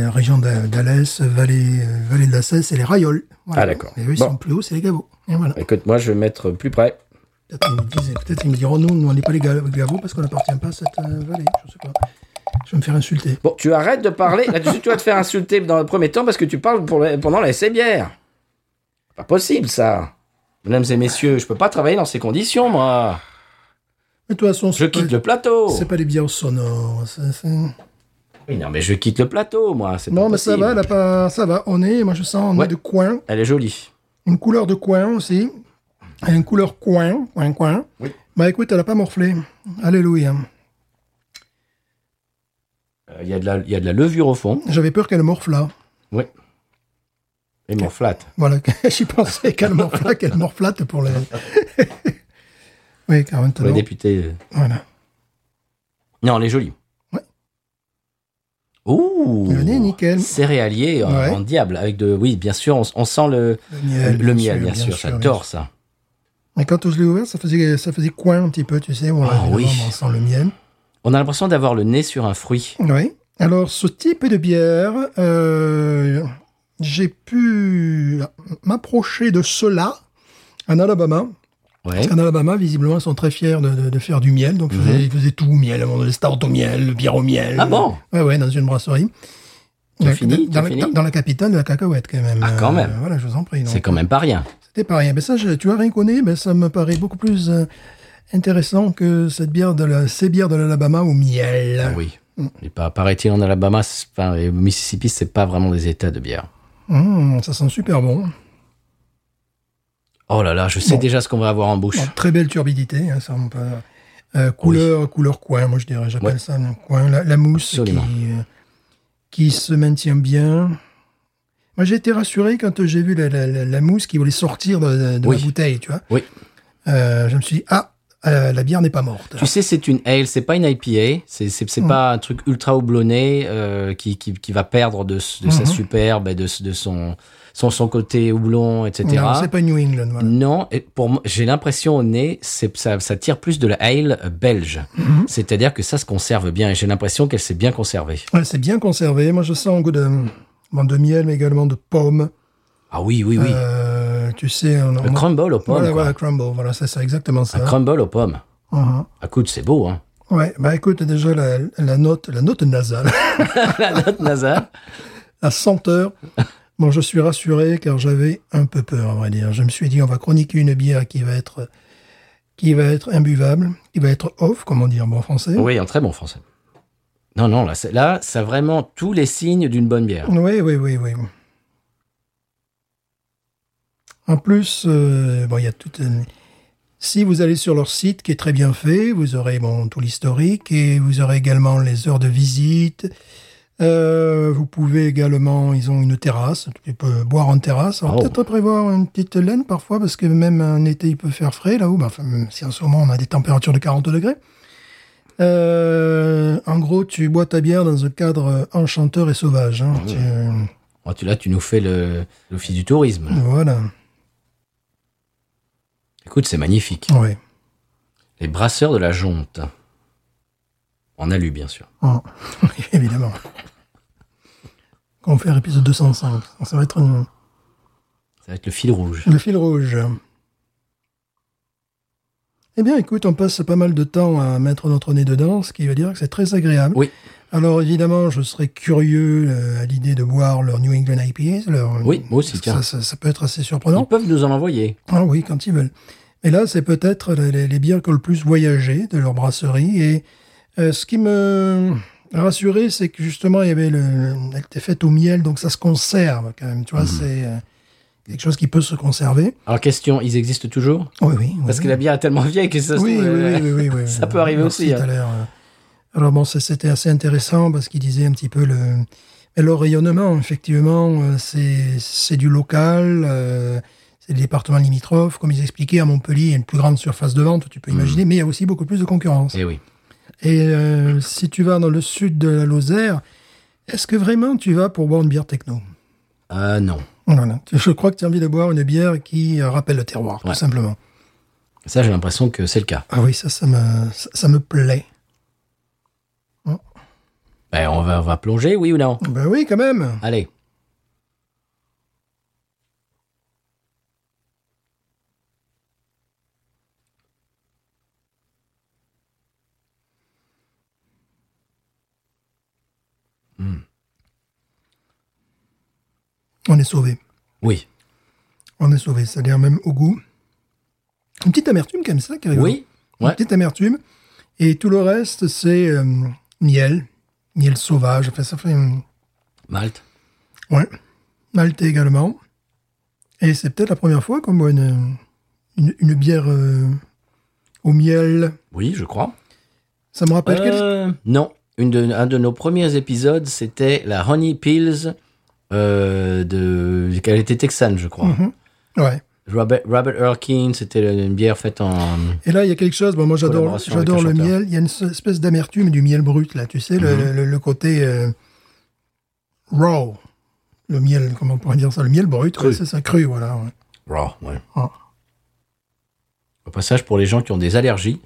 Speaker 2: les régions d'A- d'Alès, vallée, euh, vallée de la Cesse et les Rayoles. Voilà.
Speaker 1: Ah, d'accord.
Speaker 2: Et eux, ils
Speaker 1: Bon.
Speaker 2: sont plus hauts, c'est les Gavots. Et voilà.
Speaker 1: Écoute, moi, je vais mettre plus près.
Speaker 2: Peut-être ils me disent- peut-être ils me diront, non, nous, on n'est pas les Ga- Gavots parce qu'on n'appartient pas à cette euh, vallée. Je sais pas. Je vais me faire insulter.
Speaker 1: Bon, tu arrêtes de parler. Là-dessus, tu vas te faire insulter dans le premier temps parce que tu parles pour la- pendant la bière Pas possible, ça. Mesdames et messieurs, je peux pas travailler dans ces conditions, moi.
Speaker 2: Mais de toute façon,
Speaker 1: Je
Speaker 2: c'est pas,
Speaker 1: quitte le plateau.
Speaker 2: c'est pas des bières sonores. c'est- c'est-
Speaker 1: Oui, non, mais je quitte le plateau, moi. C'est
Speaker 2: Non,
Speaker 1: pas
Speaker 2: mais ça
Speaker 1: possible.
Speaker 2: va, elle a pas- ça va. On est, moi je sens, on
Speaker 1: Ouais.
Speaker 2: est de coin.
Speaker 1: Elle est jolie.
Speaker 2: Une couleur de coin aussi. Et une couleur coin, coin, coin.
Speaker 1: Oui.
Speaker 2: Bah écoute, elle a pas morflé. Alléluia.
Speaker 1: Euh, Il y, a de la- il y a de la levure au fond.
Speaker 2: J'avais peur qu'elle morfle là.
Speaker 1: Oui. Et mon flat.
Speaker 2: Voilà, j'y pensais qu'elle morfla, qu'elle morflate pour les. oui, car
Speaker 1: Le
Speaker 2: maintenant.
Speaker 1: député. euh,
Speaker 2: Voilà.
Speaker 1: Non, elle est jolie.
Speaker 2: Ouais.
Speaker 1: Ouh.
Speaker 2: Le nez est nickel.
Speaker 1: Céréalier en,
Speaker 2: Ouais.
Speaker 1: en diable. Avec de. Oui, bien sûr, on, on sent le,
Speaker 2: Le
Speaker 1: le
Speaker 2: miel,
Speaker 1: miel, bien, sûr. J'adore ça.
Speaker 2: Mais quand je l'ai ouvert, ça faisait, ça faisait coin un petit peu, tu sais. où on
Speaker 1: Ah
Speaker 2: avait le
Speaker 1: oui.
Speaker 2: rhum, On sent le miel.
Speaker 1: On a l'impression d'avoir le nez sur un fruit.
Speaker 2: Oui. Alors, ce type de bière, euh, j'ai pu m'approcher de cela en Alabama.
Speaker 1: Ouais.
Speaker 2: En Alabama, visiblement, ils sont très fiers de, de- de faire du miel. Donc, ils faisaient- ils faisaient tout au miel. Ils vendaient des stouts au miel, le bière au miel.
Speaker 1: Mhm. Ah bon
Speaker 2: Ouais, ouais, dans une brasserie.
Speaker 1: T'as
Speaker 2: Dans-
Speaker 1: fini
Speaker 2: dans,
Speaker 1: T'as
Speaker 2: la-
Speaker 1: fini
Speaker 2: dans la capitale de la cacahuète, quand même.
Speaker 1: Ah, quand même.
Speaker 2: Euh, voilà, je vous en prie. donc.
Speaker 1: C'est quand même pas rien.
Speaker 2: C'était pas rien. Mais ça, je- tu as rien connu, mais ça me paraît beaucoup plus euh, intéressant que cette bière de la, ces bières de l'Alabama au miel.
Speaker 1: Ah oui.
Speaker 2: Mm.
Speaker 1: Et pas, paraît-il, en Alabama c'est- enfin, et au Mississippi, c'est pas vraiment des états de bière.
Speaker 2: Mmh, ça sent super bon.
Speaker 1: Oh là là, je sais
Speaker 2: Bon.
Speaker 1: déjà ce qu'on va avoir en bouche.
Speaker 2: Bon, très belle turbidité, hein, ça on peut- euh, couleur, couleur coin, moi je dirais, j'appelle
Speaker 1: Ouais.
Speaker 2: ça un coin. La, la mousse qui,
Speaker 1: Absolument.
Speaker 2: euh, qui se maintient bien. Moi j'ai été rassuré quand j'ai vu la, la- la- la mousse qui voulait sortir de, de
Speaker 1: Oui.
Speaker 2: la bouteille, tu vois.
Speaker 1: Oui.
Speaker 2: Euh, je me suis dit, ah, euh, la bière n'est pas morte.
Speaker 1: Tu sais, c'est une ale, c'est pas une IPA, c'est c'est-
Speaker 2: Mm.
Speaker 1: c'est pas un truc ultra houblonné euh, qui, qui, qui va perdre de, s- de sa
Speaker 2: Mhm.
Speaker 1: superbe et de, s- de son, son, son côté houblon, etc. Mm.
Speaker 2: Non, c'est pas New England, voilà.
Speaker 1: Non, et pour moi, j'ai l'impression au nez, c'est- ça, ça tire plus de la ale euh, belge.
Speaker 2: Mm-hmm.
Speaker 1: C'est-à-dire que ça se conserve bien et j'ai l'impression qu'elle s'est bien conservée.
Speaker 2: Ouais, c'est bien conservé. Moi je sens un goût de, bon, de miel, mais également de pomme.
Speaker 1: Ah oui, oui, oui.
Speaker 2: Euh, tu sais, on,
Speaker 1: le
Speaker 2: on-
Speaker 1: crumble aux pommes.
Speaker 2: voilà,
Speaker 1: quoi.
Speaker 2: voilà, crumble, voilà, c'est ça, exactement ça.
Speaker 1: Un crumble aux pommes.
Speaker 2: Mhm.
Speaker 1: Ah, écoute, c'est beau, hein.
Speaker 2: Ouais, bah écoute, déjà la, la note, la note nasale,
Speaker 1: la note nasale.
Speaker 2: la senteur. Bon, je suis rassuré car j'avais un peu peur, à vrai dire. Je me suis dit, on va chroniquer une bière qui va être, qui va être imbuvable, qui va être off, comme on dit en bon français.
Speaker 1: Oui, un très bon français. Non, non, là, c'est- là ça a vraiment tous les signes d'une bonne bière.
Speaker 2: Oui, oui, oui, oui. En plus, euh, bon, il y a toute une- Si vous allez sur leur site, qui est très bien fait, vous aurez bon, tout l'historique et vous aurez également les heures de visite. Euh, vous pouvez également, ils ont une terrasse, tu peux boire en terrasse. Alors
Speaker 1: Oh.
Speaker 2: peut-être prévoir une petite laine parfois, parce que même en été, il peut faire frais là-haut. Ben, enfin, même si en ce moment, on a des températures de 40 degrés. Euh, en gros, tu bois ta bière dans un cadre euh, enchanteur et sauvage. hein. Tu-
Speaker 1: Oh, tu, là, tu nous fais le- l'office du tourisme. là.
Speaker 2: euh, voilà.
Speaker 1: Écoute, c'est magnifique.
Speaker 2: Ouais.
Speaker 1: Les brasseurs de la jonte. En alu, bien sûr.
Speaker 2: Oh. Évidemment. Quand on fait l'épisode 205, ça va être une-
Speaker 1: Ça va être le fil rouge.
Speaker 2: le fil rouge. Eh bien, écoute, on passe pas mal de temps à mettre notre nez dedans, ce qui veut dire que c'est très agréable.
Speaker 1: Oui.
Speaker 2: Alors, évidemment, je serais curieux euh, à l'idée de boire leur New England IPAs. Leur...
Speaker 1: Oui, moi aussi,
Speaker 2: parce que
Speaker 1: tiens.
Speaker 2: Ça, ça- ça peut être assez
Speaker 1: Ils
Speaker 2: surprenant.
Speaker 1: peuvent nous en envoyer.
Speaker 2: Ah oui, quand ils veulent. Mais là, c'est peut-être les, les- les bières qui ont le plus voyagé de leur brasserie. Et euh, ce qui me rassurait, c'est que justement, il y avait le, le- elle était faite au miel, donc ça se conserve quand même. Tu vois, c'est euh, quelque chose qui peut se conserver.
Speaker 1: Alors, question, ils existent toujours
Speaker 2: Oui, oui. oui,
Speaker 1: Parce
Speaker 2: oui.
Speaker 1: que la bière est tellement vieille que ça se
Speaker 2: Oui,
Speaker 1: trouve,
Speaker 2: oui,
Speaker 1: euh,
Speaker 2: oui, oui, oui, oui.
Speaker 1: ça peut arriver
Speaker 2: Merci
Speaker 1: aussi,
Speaker 2: tout
Speaker 1: hein.
Speaker 2: à l'heure, euh. Alors bon, ça, c'était assez intéressant parce qu'il disait un petit peu le, mais le rayonnement. Effectivement, euh, c'est c'est du local, euh, c'est des départements limitrophes. Comme ils expliquaient, à Montpellier, il y a une plus grande surface de vente, tu peux
Speaker 1: Mm.
Speaker 2: imaginer, mais il y a aussi beaucoup plus de concurrence.
Speaker 1: Eh oui.
Speaker 2: Et euh, si tu vas dans le sud de la Lozère, est-ce que vraiment tu vas pour boire une bière techno
Speaker 1: Ah non.
Speaker 2: Voilà. Je crois que tu as envie de boire une bière qui euh, rappelle le terroir,
Speaker 1: Ouais.
Speaker 2: tout simplement.
Speaker 1: Ça, j'ai l'impression que c'est le cas.
Speaker 2: Ah oui, ça, ça me, ça- ça me plaît.
Speaker 1: Ben, on va, on va plonger, oui ou non
Speaker 2: Ben oui, quand même.
Speaker 1: Allez.
Speaker 2: On est sauvé.
Speaker 1: Oui.
Speaker 2: On est sauvé. C'est-à-dire même au goût. Une petite amertume comme ça, qui est rigolo.
Speaker 1: Oui Ouais.
Speaker 2: Une petite amertume. Et tout le reste, c'est euh, miel. Miel sauvage. Enfin, ça fait une...
Speaker 1: Malte
Speaker 2: Ouais. Maltais également. Et c'est peut-être la première fois qu'on boit une, une, une bière euh, au miel.
Speaker 1: Oui, je crois.
Speaker 2: Ça me rappelle quel-
Speaker 1: Euh, Non. Une de- un de nos premiers épisodes, c'était la Honey Pills, euh, de, elle était texane, je crois.
Speaker 2: Mhm. Ouais.
Speaker 1: Robert, Robert Erkin, c'était le- une bière faite en.
Speaker 2: Et là, il y a quelque chose. Bon, moi, j'adore,
Speaker 1: Collaboration avec
Speaker 2: j'adore
Speaker 1: un
Speaker 2: le
Speaker 1: chanteur. Mm-hmm.
Speaker 2: miel. Il y a une so- espèce d'amertume du miel brut là. Tu sais, le, le- le côté euh, raw, le miel. Comment on pourrait dire ça Le miel brut.
Speaker 1: Cru.
Speaker 2: ouais, c'est ça, cru, voilà. ouais.
Speaker 1: Raw, ouais.
Speaker 2: Ah.
Speaker 1: Au passage, pour les gens qui ont des allergies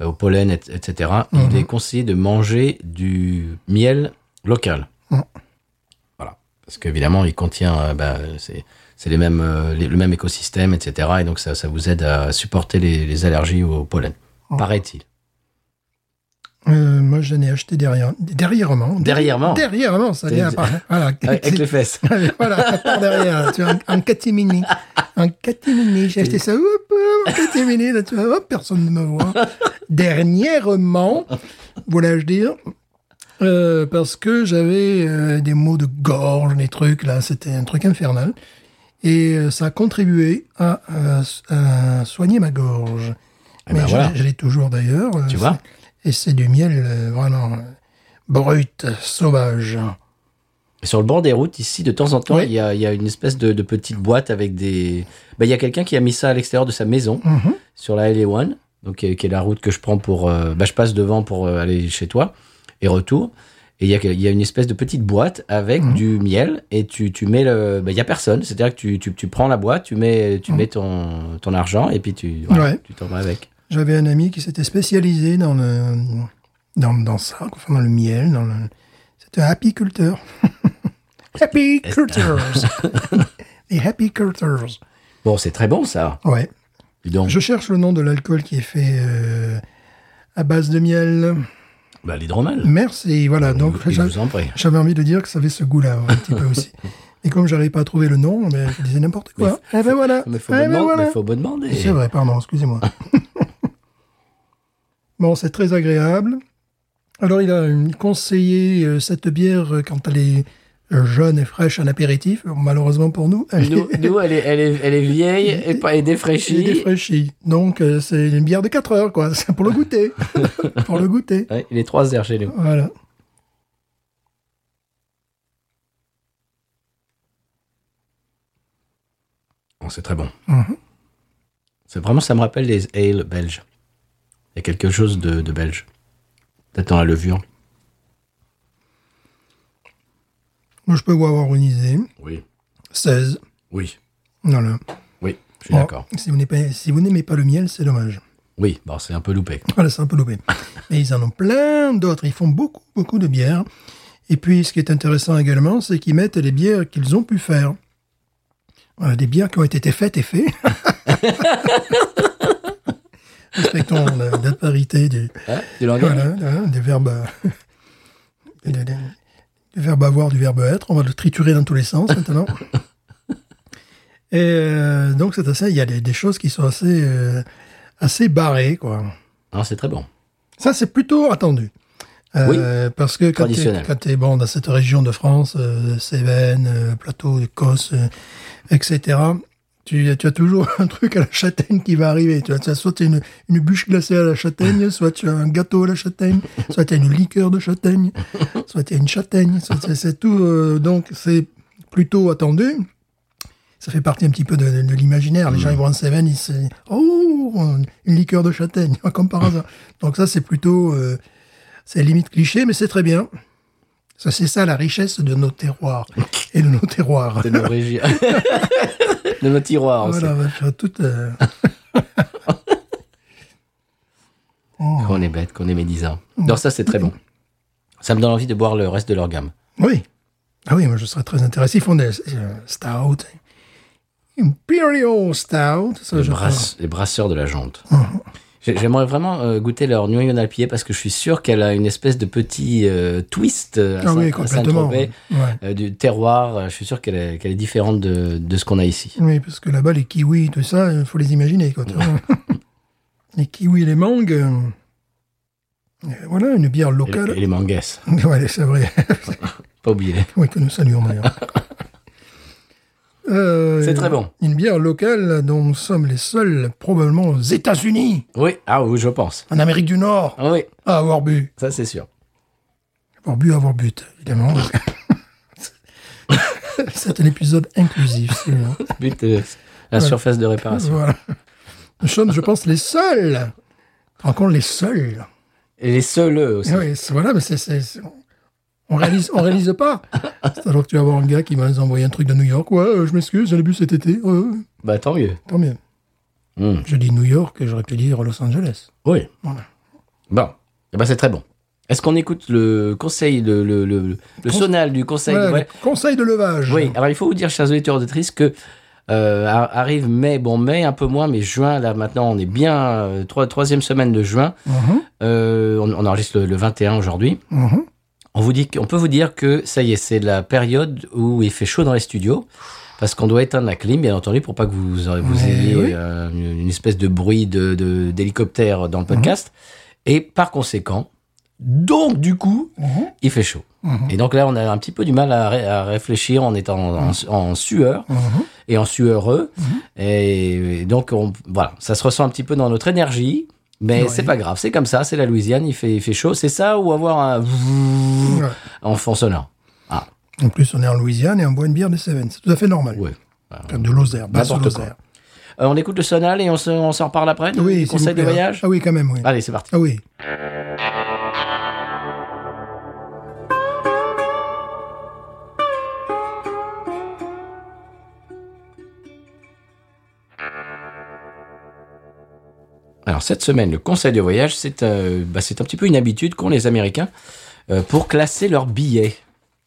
Speaker 1: euh, au pollen, et- etc., il est conseillé de manger du miel local.
Speaker 2: Mhm.
Speaker 1: Voilà. Parce qu'évidemment, il contient. euh, bah, c'est c'est les mêmes, euh, les- le même écosystème, etc. Et donc, ça, ça vous aide à supporter les, les allergies au pollen. Paraît-il.
Speaker 2: Euh, moi, j'en ai acheté derrière, derrièrement,
Speaker 1: Derrièrement.
Speaker 2: derrièrement, ça
Speaker 1: T'es-
Speaker 2: vient. Par, voilà,
Speaker 1: Avec avec les fesses.
Speaker 2: voilà, par derrière. Tu vois, en, en catimini, en catimini. J'ai acheté ça. Hop, hop, en catimini. Là, tu vois, hop, personne ne me voit. Dernièrement, voulais-je dire. euh, parce que j'avais euh, des maux de gorge, des trucs là, c'était un truc infernal. Et euh, ça a contribué à, euh, s- à soigner ma gorge.
Speaker 1: Eh ben
Speaker 2: je-
Speaker 1: voilà.
Speaker 2: je l'ai toujours d'ailleurs. euh,
Speaker 1: Tu vois
Speaker 2: c'est- Et c'est du miel euh, vraiment euh, brut, sauvage.
Speaker 1: Et Sur le bord des routes, ici, de temps en temps,
Speaker 2: Oui.
Speaker 1: il, y a, il y a une espèce de, de petite boîte avec des. Ben, il y a quelqu'un qui a mis ça à l'extérieur de sa maison,
Speaker 2: Mhm.
Speaker 1: sur la LA1, donc, euh, qui est la route que je prends pour. euh, ben, je passe devant pour euh, aller chez toi et retour. Et il y, a, il y a une espèce de petite boîte avec
Speaker 2: Mhm.
Speaker 1: du miel et tu, tu mets le. ben, Il y a personne, c'est-à-dire que tu, tu, tu prends la boîte, tu mets, tu mets ton, ton argent et puis tu voilà,
Speaker 2: Mhm. Ouais.
Speaker 1: tu t'en vas avec.
Speaker 2: J'avais un ami qui s'était spécialisé dans le dans, dans ça, enfin dans le miel, dans le c'était un apiculteur. happy cultures. Les happy cultures.
Speaker 1: Bon, c'est très bon ça.
Speaker 2: Ouais.
Speaker 1: Dis donc.
Speaker 2: Je cherche le nom de l'alcool qui est fait euh, à base de miel.
Speaker 1: Ben, l'hydromel.
Speaker 2: Merci. Voilà. Donc
Speaker 1: je
Speaker 2: j'a-
Speaker 1: vous en prie.
Speaker 2: j'avais envie de dire que ça avait ce goût-là un petit peu aussi. Et comme j'arrivais pas à trouver le nom, ben, je disais n'importe quoi. Eh ben voilà.
Speaker 1: Mais faut,
Speaker 2: Eh
Speaker 1: me
Speaker 2: ben
Speaker 1: demander-
Speaker 2: voilà.
Speaker 1: mais faut me demander.
Speaker 2: C'est vrai, pardon, excusez-moi. bon, c'est très agréable. Alors, il a euh, conseillé euh, cette bière euh, quand elle est jeune et fraîche en apéritif, malheureusement pour nous. elle
Speaker 1: Nous,
Speaker 2: est-
Speaker 1: nous, elle, est, elle, est, elle est vieille et, pas, et défraîchie.
Speaker 2: elle est défraîchie. Donc, euh, c'est une bière de 4 heures, quoi. C'est pour le goûter. pour le goûter.
Speaker 1: Ouais, il est 3 heures chez nous.
Speaker 2: Voilà.
Speaker 1: Bon, Oh, c'est très bon.
Speaker 2: Mhm.
Speaker 1: C'est vraiment, ça me rappelle les ale belges. Il y a quelque chose de, de belge. Peut-être dans la levure.
Speaker 2: Moi, je peux vous avoir une idée.
Speaker 1: Oui,
Speaker 2: 16.
Speaker 1: oui,
Speaker 2: Voilà.
Speaker 1: oui, je suis
Speaker 2: Bon,
Speaker 1: d'accord.
Speaker 2: si vous n'aimez pas- si vous n'aimez pas le miel, c'est dommage.
Speaker 1: Oui, bon, c'est un peu loupé.
Speaker 2: Voilà, c'est un peu loupé. Mais ils en ont plein d'autres. Ils font beaucoup, beaucoup de bières. Et puis, ce qui est intéressant également, c'est qu'ils mettent les bières qu'ils ont pu faire. Voilà, des bières qui ont été faites et faites. Respectons la, la parité du,
Speaker 1: Hein, tu l'en
Speaker 2: voilà, hein, des verbes. euh, des- des- du verbe avoir, du verbe être. On va le triturer dans tous les sens maintenant. Et euh, donc, c'est assez. Il y a des, des choses qui sont assez, euh, assez barrées, quoi.
Speaker 1: Non, c'est très bon.
Speaker 2: Ça, c'est plutôt attendu. Euh, Parce que quand tu
Speaker 1: Traditionnel.
Speaker 2: es, bon, dans cette région de France, euh, Cévennes, euh, Plateau, Écosse, euh, etc., tu, tu as toujours un truc à la châtaigne qui va arriver. Tu as, tu as soit une, une bûche glacée à la châtaigne, soit tu as un gâteau à la châtaigne, soit tu as une liqueur de châtaigne, soit tu as une châtaigne. soit tu as- C'est tout. euh, donc, c'est plutôt attendu. Ça fait partie un petit peu de, de l'imaginaire. Les gens, ils vont en Cévennes, ils se Oh, une liqueur de châtaigne, comme par hasard. Donc ça, c'est plutôt... euh, c'est limite cliché, mais c'est très bien. Ça, c'est ça la richesse de nos terroirs et de nos terroirs.
Speaker 1: De nos régions. de nos tiroirs. on sait.
Speaker 2: Voilà, on va faire toute... euh, Oh,
Speaker 1: Qu'on est bête, qu'on est médisant. Non, ça, c'est très bon. Ça me donne envie de boire le reste de leur gamme.
Speaker 2: Oui. Ah oui, moi, je serais très intéressé. Ils font des euh, stouts. Imperial stout. Ça,
Speaker 1: Les,
Speaker 2: je-
Speaker 1: brass- les brasseurs de la jante.
Speaker 2: Mmh.
Speaker 1: J'ai- J'aimerais vraiment euh, goûter leur New England IPA parce que je suis sûr qu'elle a une espèce de petit euh, twist euh, à
Speaker 2: Ah oui,
Speaker 1: Saint- à
Speaker 2: complètement.
Speaker 1: Saint-Tropez,
Speaker 2: Ouais.
Speaker 1: euh, du terroir. euh, Je suis sûr qu'elle est, qu'elle est différente de, de ce qu'on a ici.
Speaker 2: Oui, parce que là-bas, les kiwis, tout ça, il faut les imaginer. Quoi, tu vois. les kiwis, les mangues. euh, et voilà, une bière
Speaker 1: Et, et
Speaker 2: locale.
Speaker 1: les mangues,
Speaker 2: Ouais, c'est vrai.
Speaker 1: pas oublié.
Speaker 2: oui, que nous saluons d'ailleurs. Euh,
Speaker 1: C'est très bon.
Speaker 2: Une bière locale dont nous sommes les seuls, probablement aux États-Unis,
Speaker 1: Oui, ah oui, je pense.
Speaker 2: en Amérique du Nord,
Speaker 1: Ah oui,
Speaker 2: à avoir bu.
Speaker 1: ça c'est sûr.
Speaker 2: Avoir bu, avoir but, évidemment. C'est un épisode inclusif, celui-là.
Speaker 1: But, euh, la surface de réparation.
Speaker 2: Voilà. Nous sommes, je pense, les seuls. Tu te rends compte, les seuls.
Speaker 1: Et les seuls eux, aussi.
Speaker 2: Ah oui, c'est- voilà, mais c'est. c'est- c'est- On réalise, on réalise pas. C'est Alors que tu vas voir un gars qui m'a envoyé un truc de New York. Ouais, euh, je m'excuse, j'en ai bu cet été. Ouais, ouais.
Speaker 1: Bah tant mieux.
Speaker 2: tant mieux.
Speaker 1: Mm.
Speaker 2: Je dis New York, et j'aurais pu dire Los Angeles.
Speaker 1: Oui.
Speaker 2: Voilà.
Speaker 1: Bon, Eh ben, c'est très bon. Est-ce qu'on écoute le conseil, le, le, le, le sonal du conseil
Speaker 2: Voilà,
Speaker 1: ouais.
Speaker 2: le Conseil de levage.
Speaker 1: Oui, alors il faut vous dire, chers auditeurs auditrices, que euh, ar- arrive mai, bon mai un peu moins, mais juin, là maintenant on est bien, euh, trois- troisième semaine de juin,
Speaker 2: Mhm,
Speaker 1: Euh, on, on enregistre le, le 21 aujourd'hui.
Speaker 2: mhm.
Speaker 1: On, vous dit, que- on peut vous dire que ça y est, c'est la période où il fait chaud dans les studios, parce qu'on doit éteindre la clim, bien entendu, pour pas que vous, aurez- vous
Speaker 2: Mais
Speaker 1: ayez
Speaker 2: oui.
Speaker 1: euh, une, une espèce de bruit de- de- d'hélicoptère dans le
Speaker 2: Mhm.
Speaker 1: podcast. Et par conséquent, donc du coup,
Speaker 2: Mhm.
Speaker 1: il fait chaud.
Speaker 2: Mhm.
Speaker 1: Et donc là, on a un petit peu du mal à, ré- à réfléchir en étant en,
Speaker 2: Mhm.
Speaker 1: en sueur et en sueureux. Et, et donc, on, voilà, ça se ressent un petit peu dans notre énergie, mais
Speaker 2: Ouais.
Speaker 1: c'est pas grave, c'est comme ça, c'est la Louisiane, il fait, il fait chaud. C'est ça ou avoir un
Speaker 2: Ouais.
Speaker 1: en fond sonore Ah,
Speaker 2: En plus, on est en Louisiane et on boit une bière de Seven. C'est tout à fait normal.
Speaker 1: ouais.
Speaker 2: Enfin, De Lozère, basse
Speaker 1: N'importe
Speaker 2: Lozère.
Speaker 1: Euh, on écoute le sonal et on se- on s'en reparle après du
Speaker 2: Oui, s'il vous
Speaker 1: conseil de
Speaker 2: plaît.
Speaker 1: voyage
Speaker 2: Ah oui, quand même, oui.
Speaker 1: Allez, c'est parti.
Speaker 2: Ah oui.
Speaker 1: Alors cette semaine, le conseil de voyage, c'est euh, bah, c'est un petit peu une habitude qu'ont les Américains euh, pour classer leurs billets.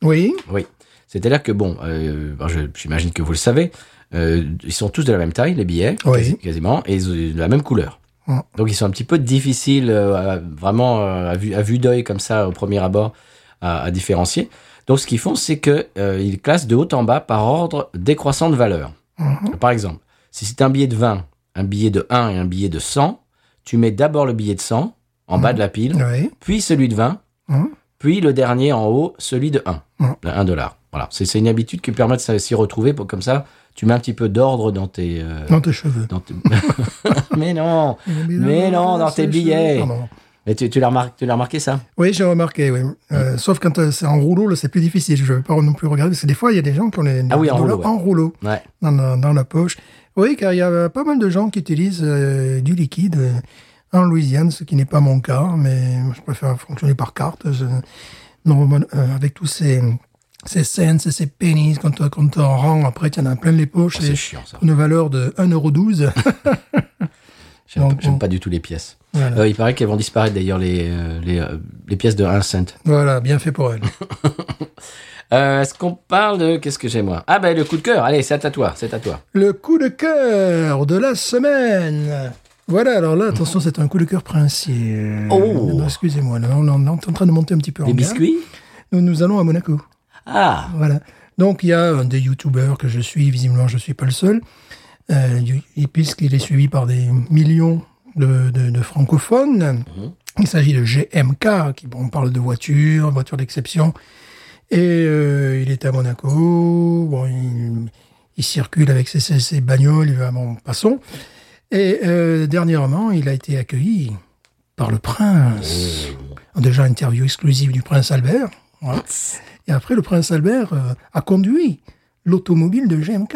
Speaker 2: Oui.
Speaker 1: Oui. C'est-à-dire que, bon, euh, bon, je- j'imagine que vous le savez, euh, ils sont tous de la même taille, les billets,
Speaker 2: Oui.
Speaker 1: quasi- quasiment, et ils ont de la même couleur.
Speaker 2: Mm.
Speaker 1: Donc ils sont un petit peu difficiles, euh, à- vraiment euh, à vue, à vue d'œil comme ça, au premier abord, à, à différencier. Donc ce qu'ils font, c'est que euh, ils classent de haut en bas par ordre décroissant de valeur.
Speaker 2: Mhm.
Speaker 1: Par exemple, si c'est un billet de 20, un billet de 1 et un billet de 100, tu mets d'abord le billet de 100 en bas de la pile,
Speaker 2: Oui.
Speaker 1: puis celui de 20,
Speaker 2: Mhm.
Speaker 1: Puis le dernier en haut, celui de 1.
Speaker 2: Mhm.
Speaker 1: de 1 dollar. Voilà. C'est c'est une habitude qui permet de s- s'y retrouver. Pour, comme ça, tu mets un petit peu d'ordre dans tes. euh,
Speaker 2: dans tes cheveux.
Speaker 1: dans tes- mais non Mais non, dans tes
Speaker 2: ses
Speaker 1: billets.
Speaker 2: cheveux, pardon.
Speaker 1: Mais tu, tu l'as remarqué, tu l'as remarqué ça
Speaker 2: Oui, j'ai remarqué, oui. Euh, Sauf quand euh, c'est en rouleau, là, c'est plus difficile. Je ne veux pas non plus regarder, parce que des fois, il y a des gens qui ont les
Speaker 1: Ah oui, en
Speaker 2: les
Speaker 1: rouleau,
Speaker 2: dollars
Speaker 1: ouais.
Speaker 2: en rouleau
Speaker 1: Ouais.
Speaker 2: dans, la- dans la poche. Oui, car il y a euh, pas mal de gens qui utilisent euh, du liquide euh, en Louisiane, ce qui n'est pas mon cas, mais je préfère fonctionner par carte. Je- normalement, euh, avec tous ces, ces cents et ces pennies, quand, euh, quand on rend, après, tu en as plein les poches.
Speaker 1: Oh, c'est
Speaker 2: et
Speaker 1: chiant, ça.
Speaker 2: Une valeur de 1,12€.
Speaker 1: J'aime
Speaker 2: Donc,
Speaker 1: pas- j'aime
Speaker 2: bon.
Speaker 1: pas du tout les pièces.
Speaker 2: voilà.
Speaker 1: Euh, il paraît qu'elles vont disparaître d'ailleurs, les, euh, les, euh, les pièces de 1 cent.
Speaker 2: voilà, bien fait pour elle.
Speaker 1: Euh, Est-ce qu'on parle de. Qu'est-ce que j'ai moi Ah, ben le coup de cœur. Allez, c'est à toi. C'est à toi.
Speaker 2: Le coup de cœur de la semaine. Voilà, alors là, attention, c'est un coup de cœur princier.
Speaker 1: Oh.
Speaker 2: Non, Excusez-moi, là, on, en- on est en train de monter un petit peu en
Speaker 1: Les
Speaker 2: gamme.
Speaker 1: biscuits
Speaker 2: Nous, nous allons à Monaco.
Speaker 1: Ah
Speaker 2: Voilà. Donc, il y a un des youtubeurs que je suis, visiblement, je ne suis pas le seul, euh, you- et puisqu'il est suivi par des millions de, de- de francophones. Il s'agit de GMK, qui bon, on parle de voitures, voitures d'exception. Et euh, il est à Monaco. Bon, il, il circule avec ses, ses- ses bagnoles. il va- Bon, passons. Et euh, dernièrement, il a été accueilli par le prince. Déjà, interview exclusive du prince Albert. Voilà. Et après, le prince Albert euh, a conduit l'automobile de GMK.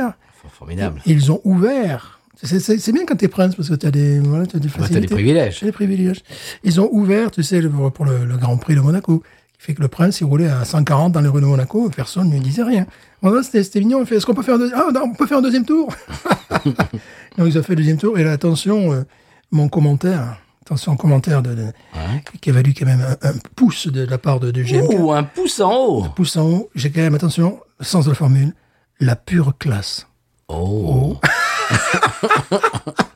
Speaker 1: Formidable.
Speaker 2: Ils ont ouvert. C'est- C'est c'est bien quand t'es prince parce que t'as des, voilà, t'as des
Speaker 1: Bah, T'as des
Speaker 2: facilités.
Speaker 1: privilèges.
Speaker 2: J'ai des privilèges. Ils ont ouvert, tu sais, le- pour le, le Grand Prix de Monaco. Qui fait que le prince, il roulait à 140 dans les rues de Monaco, personne ne lui disait rien. Voilà, c'était c'était mignon. Il fait, est-ce qu'on peut faire un deuxième Ah, non, on peut faire un deuxième tour Donc, ils ont fait le deuxième tour. Et là, attention, euh, mon commentaire, attention, commentaire de, de- qui a valu quand même un, un pouce de, de la part de, de GMK.
Speaker 1: Ouh, un pouce en haut
Speaker 2: Pouce en haut, j'ai quand même, attention, le sens de la formule, la pure classe.
Speaker 1: Oh,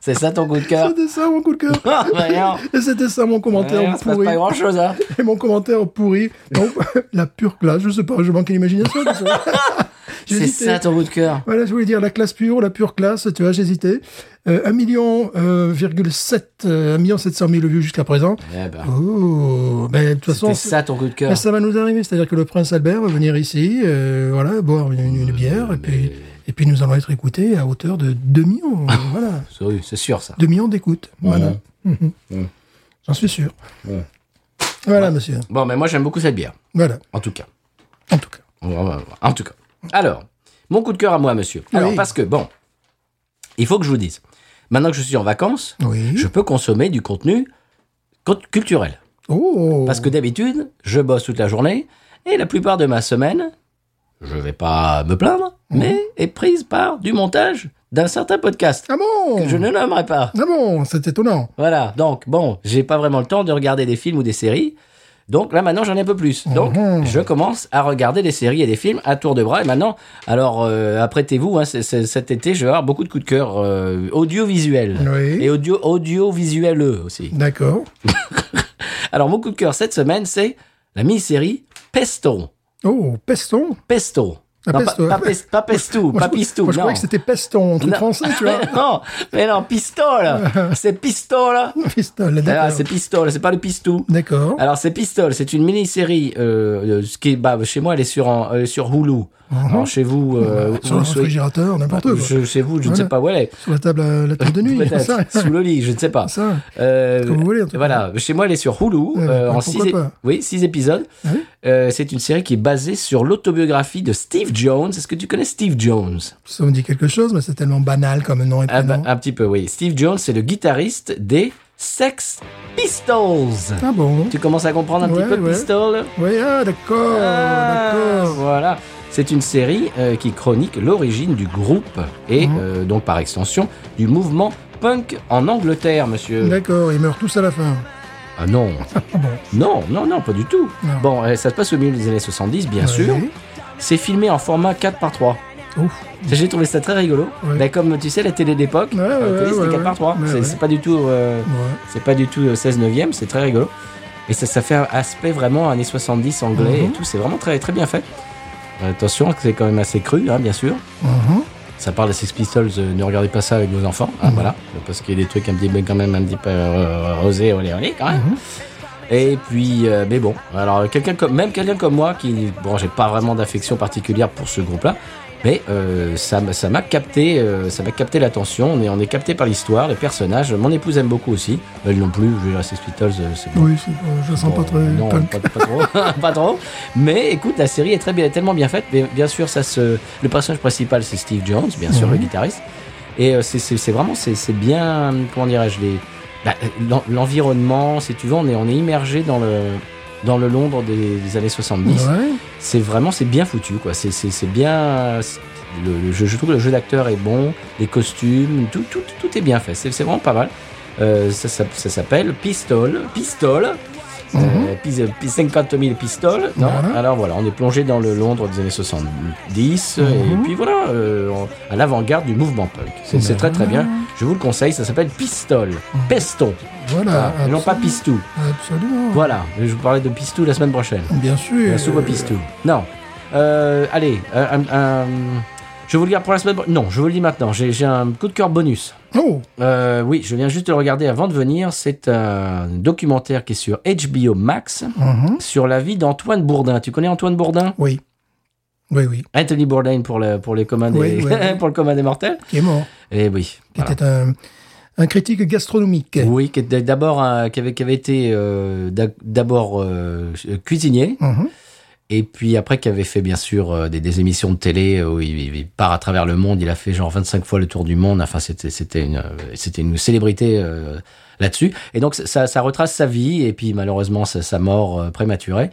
Speaker 1: C'est ça ton coup de cœur
Speaker 2: C'était ça mon coup de cœur.
Speaker 1: Ah, voyons.
Speaker 2: Et c'était ça mon commentaire
Speaker 1: Ouais, ça passe
Speaker 2: pourri.
Speaker 1: pas grand chose, hein.
Speaker 2: Et mon commentaire pourri. Donc, la pure classe, je sais pas, je manque l'imagination. tu vois.
Speaker 1: C'est
Speaker 2: J'hésitais.
Speaker 1: ça ton coup de cœur.
Speaker 2: Voilà, je voulais dire la classe pure, la pure classe, tu vois, j'hésitais. Euh, 1 million, euh, virgule sept, euh, 1 million 700 000 vues jusqu'à présent.
Speaker 1: Eh ben,
Speaker 2: Oh, ben, de toute façon,
Speaker 1: c'est ça ton coup de cœur.
Speaker 2: ben, ça va nous arriver. C'est-à-dire que le prince Albert va venir ici, euh, voilà, boire une, une bière, et, puis, et puis nous allons être écoutés à hauteur de 2 millions.
Speaker 1: Ah.
Speaker 2: euh, voilà.
Speaker 1: C'est oui, c'est sûr, ça.
Speaker 2: 2 millions d'écoutes. Voilà. Mhm. J'en suis sûr. Voilà, monsieur.
Speaker 1: Bon, mais moi, j'aime beaucoup cette bière.
Speaker 2: Voilà,
Speaker 1: En tout cas.
Speaker 2: en tout cas.
Speaker 1: En tout cas. Alors, mon coup de cœur à moi, monsieur. Alors,
Speaker 2: Oui.
Speaker 1: parce que, bon, il faut que je vous dise. Maintenant que je suis en vacances,
Speaker 2: Oui.
Speaker 1: je peux consommer du contenu co- culturel.
Speaker 2: Oh
Speaker 1: Parce que d'habitude, je bosse toute la journée et la plupart de ma semaine, je vais pas me plaindre,
Speaker 2: Mhm.
Speaker 1: mais est prise par du montage d'un certain podcast
Speaker 2: Ah bon
Speaker 1: que je ne nommerai pas.
Speaker 2: Ah bon, c'est étonnant.
Speaker 1: Voilà, donc bon, j'ai pas vraiment le temps de regarder des films ou des séries. Donc là maintenant j'en ai un peu plus. Donc
Speaker 2: Mhm.
Speaker 1: je commence à regarder des séries et des films à tour de bras. Et maintenant, alors euh, apprêtez-vous, hein, c'est- c'est- cet été je vais avoir beaucoup de coups de cœur euh, audiovisuels
Speaker 2: Oui.
Speaker 1: et audio audiovisuels aussi.
Speaker 2: D'accord.
Speaker 1: Alors mon coup de cœur cette semaine c'est la mini-série Pesto.
Speaker 2: Oh, peston
Speaker 1: Pesto.
Speaker 2: Ah,
Speaker 1: Non,
Speaker 2: Pesto.
Speaker 1: Pas, pas, pes- pas Pestou, pas
Speaker 2: Moi, je- moi,
Speaker 1: Pistou,
Speaker 2: Je,
Speaker 1: non.
Speaker 2: croyais que c'était peston, un truc
Speaker 1: Non.
Speaker 2: français, tu vois.
Speaker 1: Mais non, mais non, pistole. C'est pistole.
Speaker 2: Pistole,
Speaker 1: Ah,
Speaker 2: d'accord.
Speaker 1: c'est Ah, pistole, c'est pas le pistou.
Speaker 2: D'accord.
Speaker 1: Alors c'est Pistol, c'est une mini-série. Euh, euh, ce qui est, bah, chez moi, elle est sur en- elle est sur Hulu. Alors chez vous, euh,
Speaker 2: Mhm. Sur le
Speaker 1: vous souhaitez-
Speaker 2: réfrigérateur, n'importe où. quoi.
Speaker 1: je, chez vous, je ne
Speaker 2: Voilà.
Speaker 1: sais pas où elle est.
Speaker 2: Sur la table, à- la table de nuit,
Speaker 1: Peut-être
Speaker 2: ça.
Speaker 1: sous le lit, je ne sais pas.
Speaker 2: Ça.
Speaker 1: Euh,
Speaker 2: Comme vous voulez, en tout cas.
Speaker 1: voilà, chez moi elle est sur Hulu
Speaker 2: Ouais,
Speaker 1: euh,
Speaker 2: bah,
Speaker 1: en
Speaker 2: pourquoi
Speaker 1: six, ép-
Speaker 2: pas.
Speaker 1: oui, six épisodes.
Speaker 2: Ah oui
Speaker 1: Euh, c'est une série qui est basée sur l'autobiographie de Steve Jones. Est-ce que tu connais Steve Jones
Speaker 2: Ça me dit quelque chose, mais c'est tellement banal comme nom et
Speaker 1: Ah bah,
Speaker 2: prénom.
Speaker 1: Un petit peu, oui. Steve Jones, c'est le guitariste des Sex Pistols.
Speaker 2: Ah bon
Speaker 1: Tu commences à comprendre un
Speaker 2: Ouais,
Speaker 1: petit peu
Speaker 2: ouais.
Speaker 1: Pistol
Speaker 2: Oui, ah, d'accord.
Speaker 1: Ah,
Speaker 2: D'accord.
Speaker 1: Voilà. C'est une série euh, qui chronique l'origine du groupe et
Speaker 2: Mhm.
Speaker 1: euh, donc par extension du mouvement punk en Angleterre, monsieur.
Speaker 2: D'accord, ils meurent tous à la fin.
Speaker 1: Ah non,
Speaker 2: Ah bon
Speaker 1: non, non, non, pas du tout.
Speaker 2: Non.
Speaker 1: Bon, euh, ça se passe au milieu des années 70, bien
Speaker 2: Ouais.
Speaker 1: sûr. C'est filmé en format 4 par 3
Speaker 2: Ouf.
Speaker 1: J'ai trouvé ça très rigolo.
Speaker 2: Ouais.
Speaker 1: Mais comme tu sais, la télé d'époque,
Speaker 2: Ouais,
Speaker 1: euh,
Speaker 2: ouais,
Speaker 1: télé, c'était
Speaker 2: ouais,
Speaker 1: 4 par 3
Speaker 2: ouais.
Speaker 1: C'est
Speaker 2: Ouais,
Speaker 1: c'est pas du tout, euh,
Speaker 2: Ouais.
Speaker 1: c'est pas du tout euh, 16 neuvième. C'est très rigolo. Et ça, ça fait un aspect vraiment années 70 anglais et
Speaker 2: Mhm.
Speaker 1: tout. C'est vraiment très, très bien fait. Euh, Attention, c'est quand même assez cru, hein, bien sûr.
Speaker 2: Mhm.
Speaker 1: Ça parle des Sex Pistols, euh, ne regardez pas ça avec vos Ah, enfants, hein, voilà, parce qu'il y a des trucs un petit peu quand même un petit peu euh, rosé, olé, olé quand même. Et puis, euh, mais bon, alors quelqu'un comme, même quelqu'un comme moi qui, bon, j'ai pas vraiment d'affection particulière pour ce groupe-là, mais euh, ça, m'a- ça m'a capté, euh, ça m'a capté l'attention. On est, on est capté par l'histoire, les personnages. Mon épouse aime beaucoup aussi. Elle non plus. Je vais rester Beatles, euh, c'est bon.
Speaker 2: Oui, c'est- euh, je sens
Speaker 1: Bon,
Speaker 2: pas trop.
Speaker 1: Non,
Speaker 2: punk.
Speaker 1: pas, pas trop. pas trop. Mais écoute, la série est très bien, tellement bien faite. Mais bien sûr, ça se, le personnage principal, c'est Steve Jones, bien sûr, le guitariste. Et euh, c'est- c'est c'est vraiment, c'est c'est bien, comment dirais-je, les- bah, l'en- l'environnement, si tu veux, on est, on est immergé dans le, dans le Londres des, des années 70.
Speaker 2: Ouais.
Speaker 1: C'est vraiment, c'est bien foutu, quoi. C'est c'est- c'est bien. c'est- Le, le jeu, je trouve que le jeu d'acteur est bon, les costumes, tout, tout, tout est bien fait. C'est c'est vraiment pas mal. Euh, ça ça- ça s'appelle Pistol. Pistol. Euh, pis- pis- 50 000 pistoles. Non
Speaker 2: Mhm. Voilà.
Speaker 1: Alors voilà, on est plongé dans le Londres des années 70. Et
Speaker 2: Mhm.
Speaker 1: puis voilà, euh, on- à l'avant-garde du mouvement punk. C'est c'est très très bien. Je vous le conseille, ça s'appelle Pistol.
Speaker 2: Mhm.
Speaker 1: Peston.
Speaker 2: Voilà.
Speaker 1: Voilà. Et non Ah, pas
Speaker 2: absolu-
Speaker 1: Pistou.
Speaker 2: Absolument.
Speaker 1: Voilà, je vous parlais de Pistou la semaine prochaine.
Speaker 2: Bien sûr.
Speaker 1: La soupe à pistou. Non. Euh, allez, euh, un- un- je vous le garde pour la semaine pro- Non, je vous le dis maintenant. J'ai j'ai un coup de cœur bonus.
Speaker 2: Oh,
Speaker 1: Euh, oui, je viens juste de le regarder avant de venir. C'est un documentaire qui est sur HBO Max
Speaker 2: mhm.
Speaker 1: sur la vie d'Antoine Bourdin. Tu connais Antoine Bourdin
Speaker 2: oui. Oui, oui.
Speaker 1: Anthony Bourdain pour le, pour, les communs des,
Speaker 2: Oui, oui, oui.
Speaker 1: pour le commun des mortels
Speaker 2: Qui est mort.
Speaker 1: Eh oui.
Speaker 2: Qui
Speaker 1: voilà.
Speaker 2: était un, un critique gastronomique.
Speaker 1: Oui, qui était d'abord un- qui avait, qui avait été euh, d'ac- d'abord euh, cuisinier,
Speaker 2: Mhm.
Speaker 1: Et puis après, qui avait fait bien sûr euh, des, des émissions de télé euh, où il, il- il part à travers le monde, il a fait genre 25 fois le tour du monde. Enfin, c'était c'était une euh, c'était une célébrité euh, là-dessus. Et donc ça, ça retrace sa vie et puis malheureusement sa, sa mort euh, prématurée.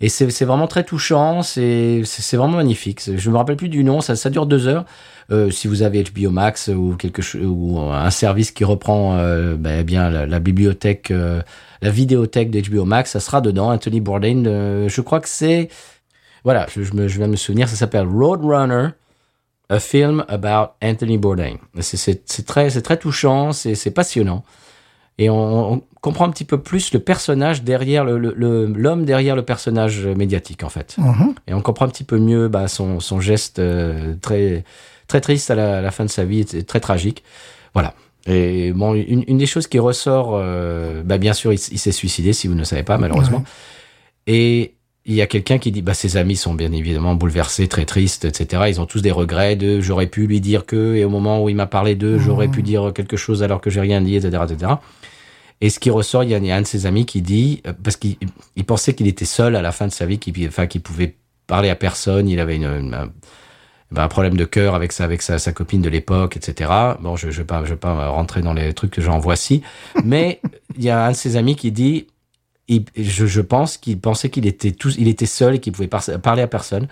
Speaker 1: Et c'est c'est vraiment très touchant, c'est c'est- c'est vraiment magnifique. C'est- Je me rappelle plus du nom, ça, ça dure deux heures. Euh, si vous avez HBO Max ou quelque cho- ou un service qui reprend euh, ben, eh bien la, la bibliothèque, euh, la vidéothèque de HBO Max, ça sera dedans. Anthony Bourdain, euh, je crois que c'est voilà, je, je, me, je viens de me souvenir, ça s'appelle Roadrunner, a film about Anthony Bourdain. C'est- C'est c'est très, c'est très touchant, c'est c'est passionnant. Et on, on comprend un petit peu plus le personnage derrière, l'homme le, l'homme derrière le personnage médiatique, en fait.
Speaker 2: Mhm.
Speaker 1: Et on comprend un petit peu mieux bah, son, son geste euh, très, très triste à la, à la fin de sa vie, c'est très tragique. Voilà. Et bon, une, une des choses qui ressort, euh, bah, bien sûr, il, s- il s'est suicidé, si vous ne savez pas, malheureusement. Et il y a quelqu'un qui dit, bah, ses amis sont bien évidemment bouleversés, très tristes, etc. Ils ont tous des regrets de j'aurais pu lui dire que, et au moment où il m'a parlé d'eux, j'aurais pu dire quelque chose alors que j'ai rien dit, etc., etc. Et ce qui ressort, il y a- il y a un de ses amis qui dit, euh, parce qu'il il pensait qu'il était seul à la fin de sa vie, qu'il enfin, qu'il pouvait parler à personne, il avait une, une- un, ben, un problème de cœur avec, sa, avec sa, sa copine de l'époque, etc. Bon, je ne je vais, pas- je vais pas rentrer dans les trucs que j'en voici, mais il y a un de ses amis qui dit, il- je, je pense qu'il pensait qu'il était, tout- il était seul et qu'il pouvait par- parler à personne.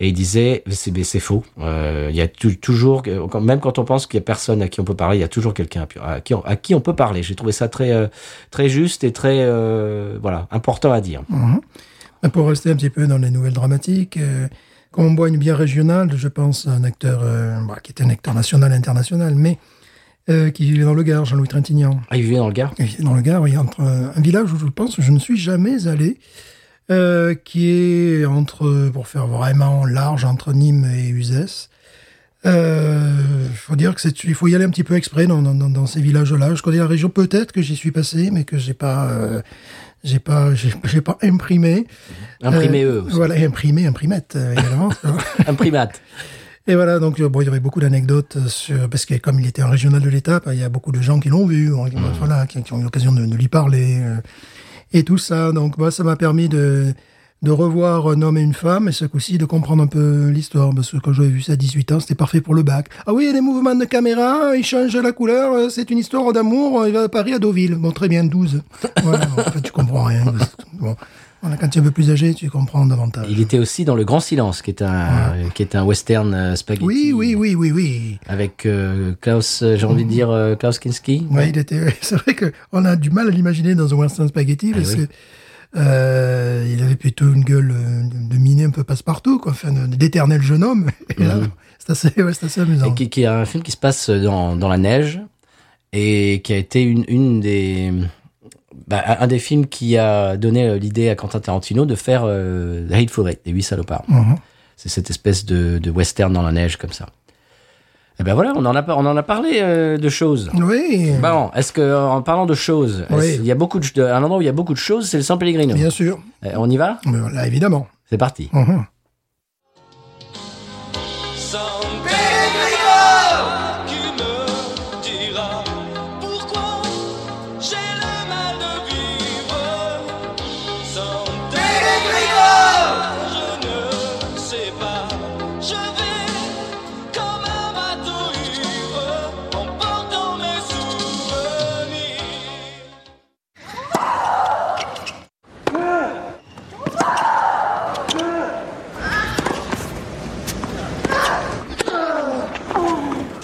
Speaker 1: Et il disait, c'est mais c'est faux. Euh, Il y a tou- toujours, quand- même quand on pense qu'il n'y a personne à qui on peut parler, il y a toujours quelqu'un à pu- à, qui on- à qui on peut parler. J'ai trouvé ça très, euh, très juste et très euh, voilà, important à dire.
Speaker 2: Mhm. Pour rester un petit peu dans les nouvelles dramatiques, euh, quand on boit une bière régionale, je pense à un acteur euh, bah, qui était un acteur national, international, mais euh, qui vivait dans le Gard, Jean-Louis Trintignant.
Speaker 1: Ah, il vivait dans le Gard
Speaker 2: Et Dans le Gard, oui, entre euh, un village où je pense je ne suis jamais allé, euh, qui est entre, pour faire vraiment large, entre Nîmes et Uzès. Euh, faut dire que c'est, il faut y aller un petit peu exprès dans, dans, dans- dans ces villages-là. Je connais la région, peut-être que j'y suis passé, mais que j'ai pas, euh, j'ai pas, j'ai, j'ai pas imprimé.
Speaker 1: Imprimé
Speaker 2: Euh,
Speaker 1: eux,
Speaker 2: Voilà, imprimé, imprimette euh, également.
Speaker 1: imprimate.
Speaker 2: Et voilà, donc euh, bon, il y avait beaucoup d'anecdotes euh, sur parce que comme il était un régional de l'État, bah, il y a beaucoup de gens qui l'ont vu, hein, qui- voilà, qui, qui ont eu l'occasion de, de lui parler euh, et tout ça. Donc moi, ça m'a permis de de revoir un homme et une femme, et ce coup-ci de comprendre un peu l'histoire, parce que quand j'avais vu ça à 18 ans, c'était parfait pour le bac. Ah oui, les mouvements de caméra, ils changent la couleur, euh, c'est une histoire d'amour, euh, il va à Paris à Deauville. Bon, très bien, 12. Voilà, en fait, tu comprends rien. Bon, voilà, quand tu es un peu plus âgé, tu comprends davantage.
Speaker 1: Il était aussi dans Le Grand Silence, qui est un, qui est un western euh, spaghetti.
Speaker 2: Oui, oui, oui, oui, oui.
Speaker 1: Avec euh, Klaus, euh, j'ai envie de dire euh, Klaus Kinski.
Speaker 2: Ouais, il était. ouais, C'est vrai que on a du mal à l'imaginer dans un Western Spaghetti parce
Speaker 1: Ah oui.
Speaker 2: que euh, il avait plutôt une gueule euh, de miné un peu passe-partout, quoi, enfin, de- d'éternel jeune homme. Et là, c'est assez, ouais, c'est assez
Speaker 1: Et
Speaker 2: amusant.
Speaker 1: qui, qui est un film qui se passe dans, dans la neige et qui a été une, une des. bah, un des films qui a donné l'idée à Quentin Tarantino de faire euh, The Hateful Eight, Les Huit Salopards.
Speaker 2: Mhm.
Speaker 1: C'est cette espèce de, de western dans la neige comme ça. Eh ben voilà, on en a, par- on en a parlé euh, de choses.
Speaker 2: Oui,
Speaker 1: Bon, est-ce que en parlant de choses, est-ce-
Speaker 2: Oui.
Speaker 1: il y a beaucoup de, un endroit où il y a beaucoup de choses, c'est le San Pellegrino.
Speaker 2: bien sûr.
Speaker 1: Eh, on y va
Speaker 2: Euh, Là, évidemment.
Speaker 1: C'est parti.
Speaker 2: Mhm.
Speaker 3: San Pellegrino qui me dira pourquoi j'ai le mal de vivre. San Pellegrino, je ne sais pas. Je vais comme un bateau ivre en portant mes souvenirs.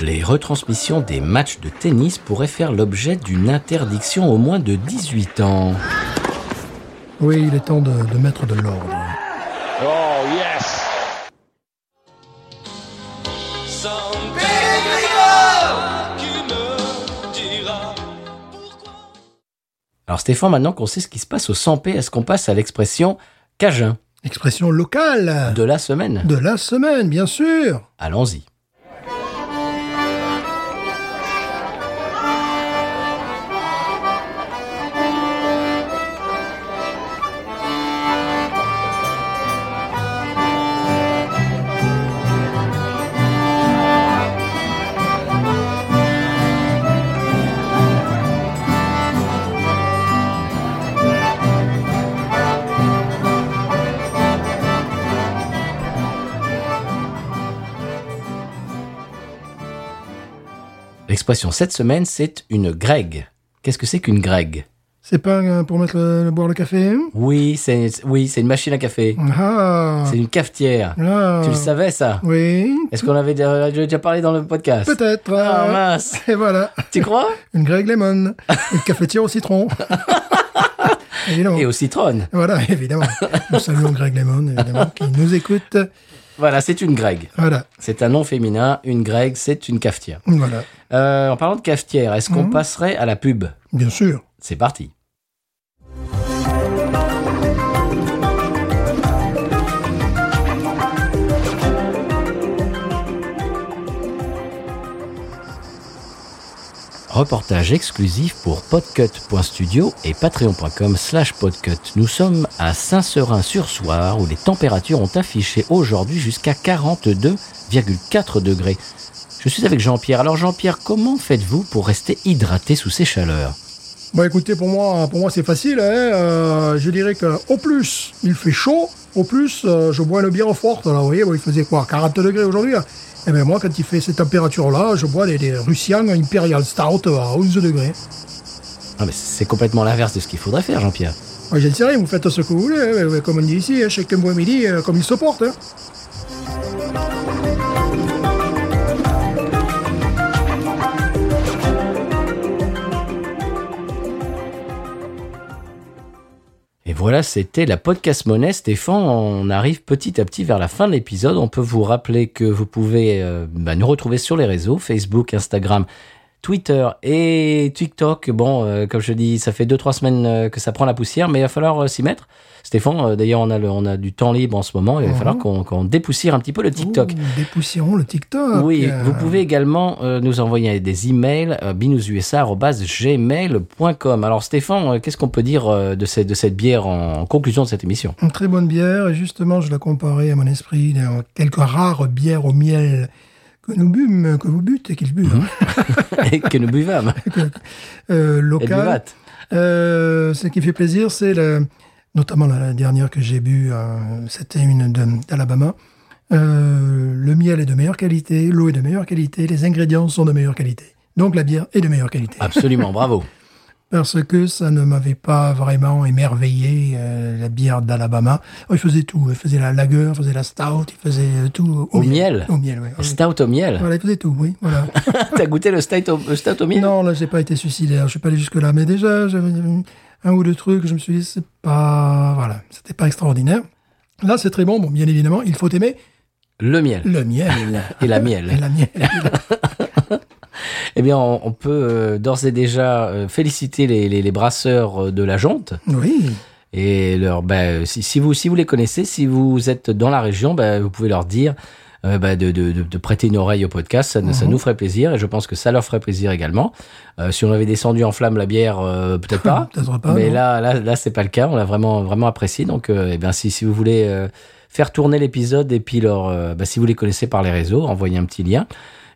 Speaker 1: Les retransmissions des matchs de tennis pourraient faire l'objet d'une interdiction au moins de 18 ans.
Speaker 2: Oui, il est temps de, de mettre de l'ordre.
Speaker 3: San Pellegrino qui me dira pourquoi.
Speaker 1: Alors Stéphane, maintenant qu'on sait ce qui se passe au 100p, est-ce qu'on passe à l'expression Cajun
Speaker 2: Expression locale
Speaker 1: de la semaine
Speaker 2: de la semaine, bien sûr.
Speaker 1: Allons-y. L'expression cette semaine, c'est une grègue. Qu'est-ce que c'est qu'une grègue
Speaker 2: C'est pas euh, pour mettre le- le- boire le café hein
Speaker 1: Oui, c'est oui, c'est une machine à café.
Speaker 2: Ah
Speaker 1: C'est une cafetière.
Speaker 2: Ah.
Speaker 1: Tu le savais ça
Speaker 2: Oui,
Speaker 1: Est-ce qu'on avait déjà déjà parlé dans le podcast
Speaker 2: peut-être.
Speaker 1: Ah
Speaker 2: euh,
Speaker 1: mince
Speaker 2: Et voilà,
Speaker 1: Tu crois
Speaker 2: une Greg Lemon, une cafetière au citron. évidemment.
Speaker 1: Et au citron.
Speaker 2: Voilà, évidemment. Nous saluons Greg Lemon, évidemment, qui nous écoute.
Speaker 1: Voilà, c'est une grègue.
Speaker 2: Voilà,
Speaker 1: C'est un nom féminin. Une grègue, c'est une cafetière.
Speaker 2: voilà,
Speaker 1: Euh, en parlant de cafetière, est-ce
Speaker 2: Mhm.
Speaker 1: qu'on passerait à la pub
Speaker 2: bien sûr.
Speaker 1: C'est parti. Reportage exclusif pour podcut.studio et patreon.com slash podcut. Nous sommes à Saint-Seurin-sur-Soir où les températures ont affiché aujourd'hui jusqu'à 42,4 degrés. Je suis avec Jean-Pierre. Alors Jean-Pierre, comment faites-vous pour rester hydraté sous ces chaleurs
Speaker 2: Bon, écoutez, pour moi, pour moi c'est facile. hein. Euh, je dirais que au plus, il fait chaud. Au plus, euh, je bois une bière forte. Là, vous voyez, bon, il faisait quoi 40 degrés aujourd'hui. là Eh bien, moi, quand il fait cette température-là, je bois des, des Russian Imperial Stout à 11 degrés.
Speaker 1: Ah, mais c'est complètement l'inverse de ce qu'il faudrait faire, Jean-Pierre.
Speaker 2: Moi, je ne sais rien, vous faites ce que vous voulez. hein, mais comme on dit ici, hein, chacun boit midi euh, comme il se porte. hein.
Speaker 1: Et voilà, c'était la podcast monnaie. Stéphane, on arrive petit à petit vers la fin de l'épisode. On peut vous rappeler que vous pouvez euh, bah, nous retrouver sur les réseaux, Facebook, Instagram, Twitter et TikTok. Bon, euh, comme je dis, ça fait 2-3 semaines euh, que ça prend la poussière, mais il va falloir euh, s'y mettre. Stéphane, euh, d'ailleurs, on, a le- on a du temps libre en ce moment. Il va
Speaker 2: Mhm.
Speaker 1: falloir qu'on qu'on dépoussière un petit peu le TikTok.
Speaker 2: Ouh, dépoussiérons le TikTok.
Speaker 1: Oui,
Speaker 2: euh,
Speaker 1: vous pouvez également euh, nous envoyer des emails euh, binoususa@gmail.com. Alors Stéphane, euh, qu'est-ce qu'on peut dire euh, de cette de cette bière en conclusion de cette émission
Speaker 2: Une très bonne bière, et justement, je la comparais à mon esprit, à quelques rares bières au miel que nous bûmes, que vous butez, qu'ils
Speaker 1: Mhm.
Speaker 2: buvent,
Speaker 1: Et que nous buvâmes
Speaker 2: euh,
Speaker 1: et
Speaker 2: local.
Speaker 1: buvâtes.
Speaker 2: Euh, ce qui fait plaisir, c'est le- notamment la dernière que j'ai bu, euh, c'était une de- d'Alabama. Euh, le miel est de meilleure qualité, l'eau est de meilleure qualité, les ingrédients sont de meilleure qualité. Donc la bière est de meilleure qualité.
Speaker 1: Absolument, bravo.
Speaker 2: parce que ça ne m'avait pas vraiment émerveillé, euh, la bière d'Alabama. Oh, il faisait tout, il faisait la lager, il faisait la stout, il faisait euh, tout
Speaker 1: Au miel.
Speaker 2: Au miel, oui.
Speaker 1: Stout au miel.
Speaker 2: Voilà, il faisait tout, oui, voilà.
Speaker 1: T'as goûté le stout au, le stout au miel
Speaker 2: non, là, j'ai pas été suicidaire, je suis pas allé jusque-là, mais déjà, j'avais un ou deux trucs, je me suis dit, c'est pas... Voilà, c'était pas extraordinaire. Là, c'est très bon, bon, bien évidemment, il faut aimer
Speaker 1: Le miel
Speaker 2: le miel.
Speaker 1: et la
Speaker 2: Et
Speaker 1: miel.
Speaker 2: la miel.
Speaker 1: Eh bien, on, on peut euh, d'ores et déjà euh, féliciter les, les- les brasseurs euh, de la Jonte.
Speaker 2: Oui,
Speaker 1: bah, Et leur, ben, si, si vous, si vous les connaissez, si vous êtes dans la région, ben, vous bah, pouvez leur dire euh, bah, de, de- de- de prêter une oreille au podcast. Ça, ça nous ferait plaisir et je pense que ça leur ferait plaisir également. Euh, si on avait descendu en flamme la bière, euh, peut-être pas.
Speaker 2: Peut-être pas,
Speaker 1: Mais
Speaker 2: Ah, non.
Speaker 1: là, là, là, c'est pas le cas. On l'a vraiment, vraiment apprécié. Donc, euh, eh bien, si, si vous voulez euh, faire tourner l'épisode et puis leur, euh, bah, si vous les connaissez par les réseaux, envoyez un petit lien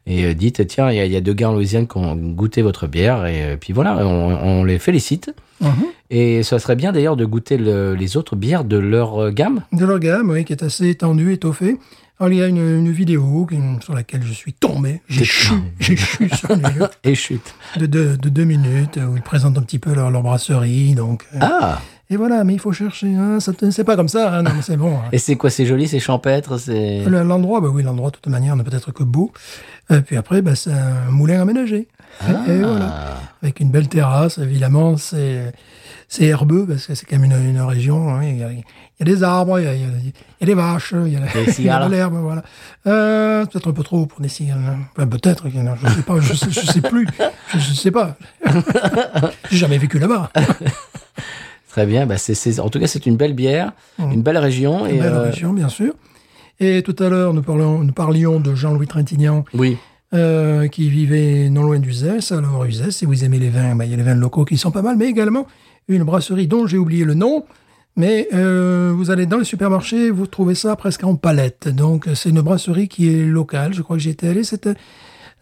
Speaker 1: et euh, dites tiens, il y, a- il y a deux gars en Louisiane qui ont goûté votre bière et euh, puis voilà, on, on les félicite.
Speaker 2: Mhm.
Speaker 1: Et ça serait bien d'ailleurs de goûter le- les autres bières de leur euh, gamme.
Speaker 2: de leur gamme, oui, qui est assez étendue, étoffée. Alors, il y a une, une vidéo qui- sur laquelle je suis tombé. J'ai
Speaker 1: T'es
Speaker 2: chu,
Speaker 1: tombé.
Speaker 2: j'ai chu sur une vidéo
Speaker 1: Et chute.
Speaker 2: de, deux- de deux minutes où ils présentent un petit peu leur, leur brasserie. Donc, euh,
Speaker 1: Ah.
Speaker 2: Et voilà, mais il faut chercher. hein, ça te- c'est pas comme ça, hein, non, mais c'est bon. hein.
Speaker 1: Et c'est quoi C'est joli, c'est champêtre, c'est.
Speaker 2: Le- L'endroit, bah oui, l'endroit, de toute manière, ne peut être que beau. Euh, puis après, bah, c'est un moulin aménagé.
Speaker 1: Ah.
Speaker 2: Et voilà. Avec une belle terrasse, évidemment, c'est, c'est herbeux, parce que c'est quand même une, une région. hein, Il y, a, il y a des arbres, il y a, il y a- il y a des vaches, il y a, il y a
Speaker 1: cigales.
Speaker 2: de l'herbe, voilà. Euh, peut-être un peu trop pour des cigales. hein. Enfin, peut-être, qu'il y en a, je sais pas, je sais, je sais plus. Je, je sais pas. J'ai jamais vécu là-bas.
Speaker 1: Très bien. Bah, c'est, c'est- En tout cas, c'est une belle bière, une belle région. et,
Speaker 2: Oh. Une belle
Speaker 1: euh,
Speaker 2: région, bien sûr. Et tout à l'heure, nous, parlons- nous parlions de Jean-Louis Trintignant,
Speaker 1: Oui.
Speaker 2: euh, qui vivait non loin d'Uzès. Alors, Uzès, si vous aimez les vins, ben, il y a les vins locaux qui sont pas mal, mais également une brasserie dont j'ai oublié le nom. Mais euh, vous allez dans le supermarché, vous trouvez ça presque en palette. Donc, c'est une brasserie qui est locale. Je crois que j'y étais allé. C'était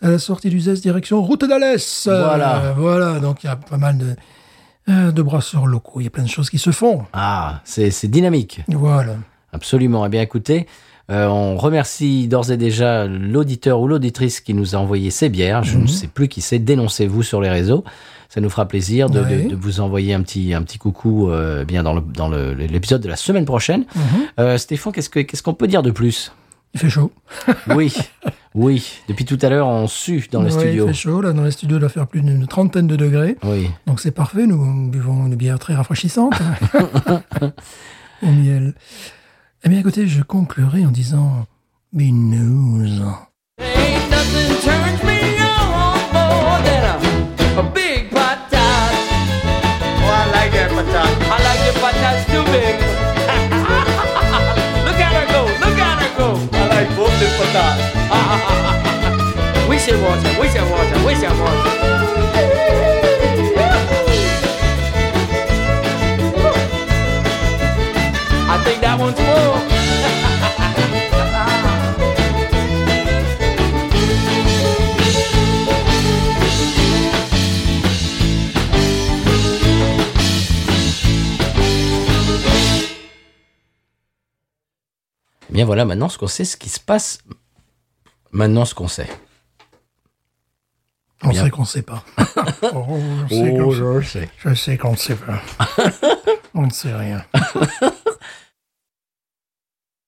Speaker 2: à la sortie d'Uzès, direction Route d'Alès. Euh,
Speaker 1: Voilà.
Speaker 2: voilà. Donc, il y a pas mal de, euh, de brasseurs locaux. Il y a plein de choses qui se font.
Speaker 1: Ah, c'est, c'est dynamique.
Speaker 2: Voilà.
Speaker 1: Absolument. Eh bien, écoutez, euh, on remercie d'ores et déjà l'auditeur ou l'auditrice qui nous a envoyé ces bières.
Speaker 2: Mhm.
Speaker 1: Je ne sais plus qui c'est. Dénoncez-vous sur les réseaux. Ça nous fera plaisir de, de-
Speaker 2: Ouais.
Speaker 1: de vous envoyer un petit, un petit coucou euh, bien dans, le, dans le- l'épisode de la semaine prochaine.
Speaker 2: Mhm.
Speaker 1: Euh, Stéphane, qu'est-ce, que, qu'est-ce qu'on peut dire de plus
Speaker 2: Il fait chaud.
Speaker 1: Oui, oui. Depuis tout à l'heure, on sue dans le
Speaker 2: Ouais,
Speaker 1: studio.
Speaker 2: Il fait chaud, là, dans les studios, il doit faire plus d'une trentaine de degrés.
Speaker 1: Oui.
Speaker 2: Donc c'est parfait, nous buvons une bière très rafraîchissante. Au miel. Eh bien, écoutez, je conclurai en disant Be news.
Speaker 4: Ain't nothing turns me on more than a, a big pot tart. Oh, I like that patat. I like the patats too big. look at her go, look at her go. I like both the patats. we should watch her, we should watch her, we should watch her. I think that one's full.
Speaker 1: Eh bien voilà, maintenant ce qu'on sait, ce qui se passe, maintenant ce qu'on sait.
Speaker 2: On
Speaker 1: Bien.
Speaker 2: sait qu'on ne sait pas. oh, je sais qu'on
Speaker 1: je sais.
Speaker 2: je sais qu'on ne sait pas. On ne sait rien.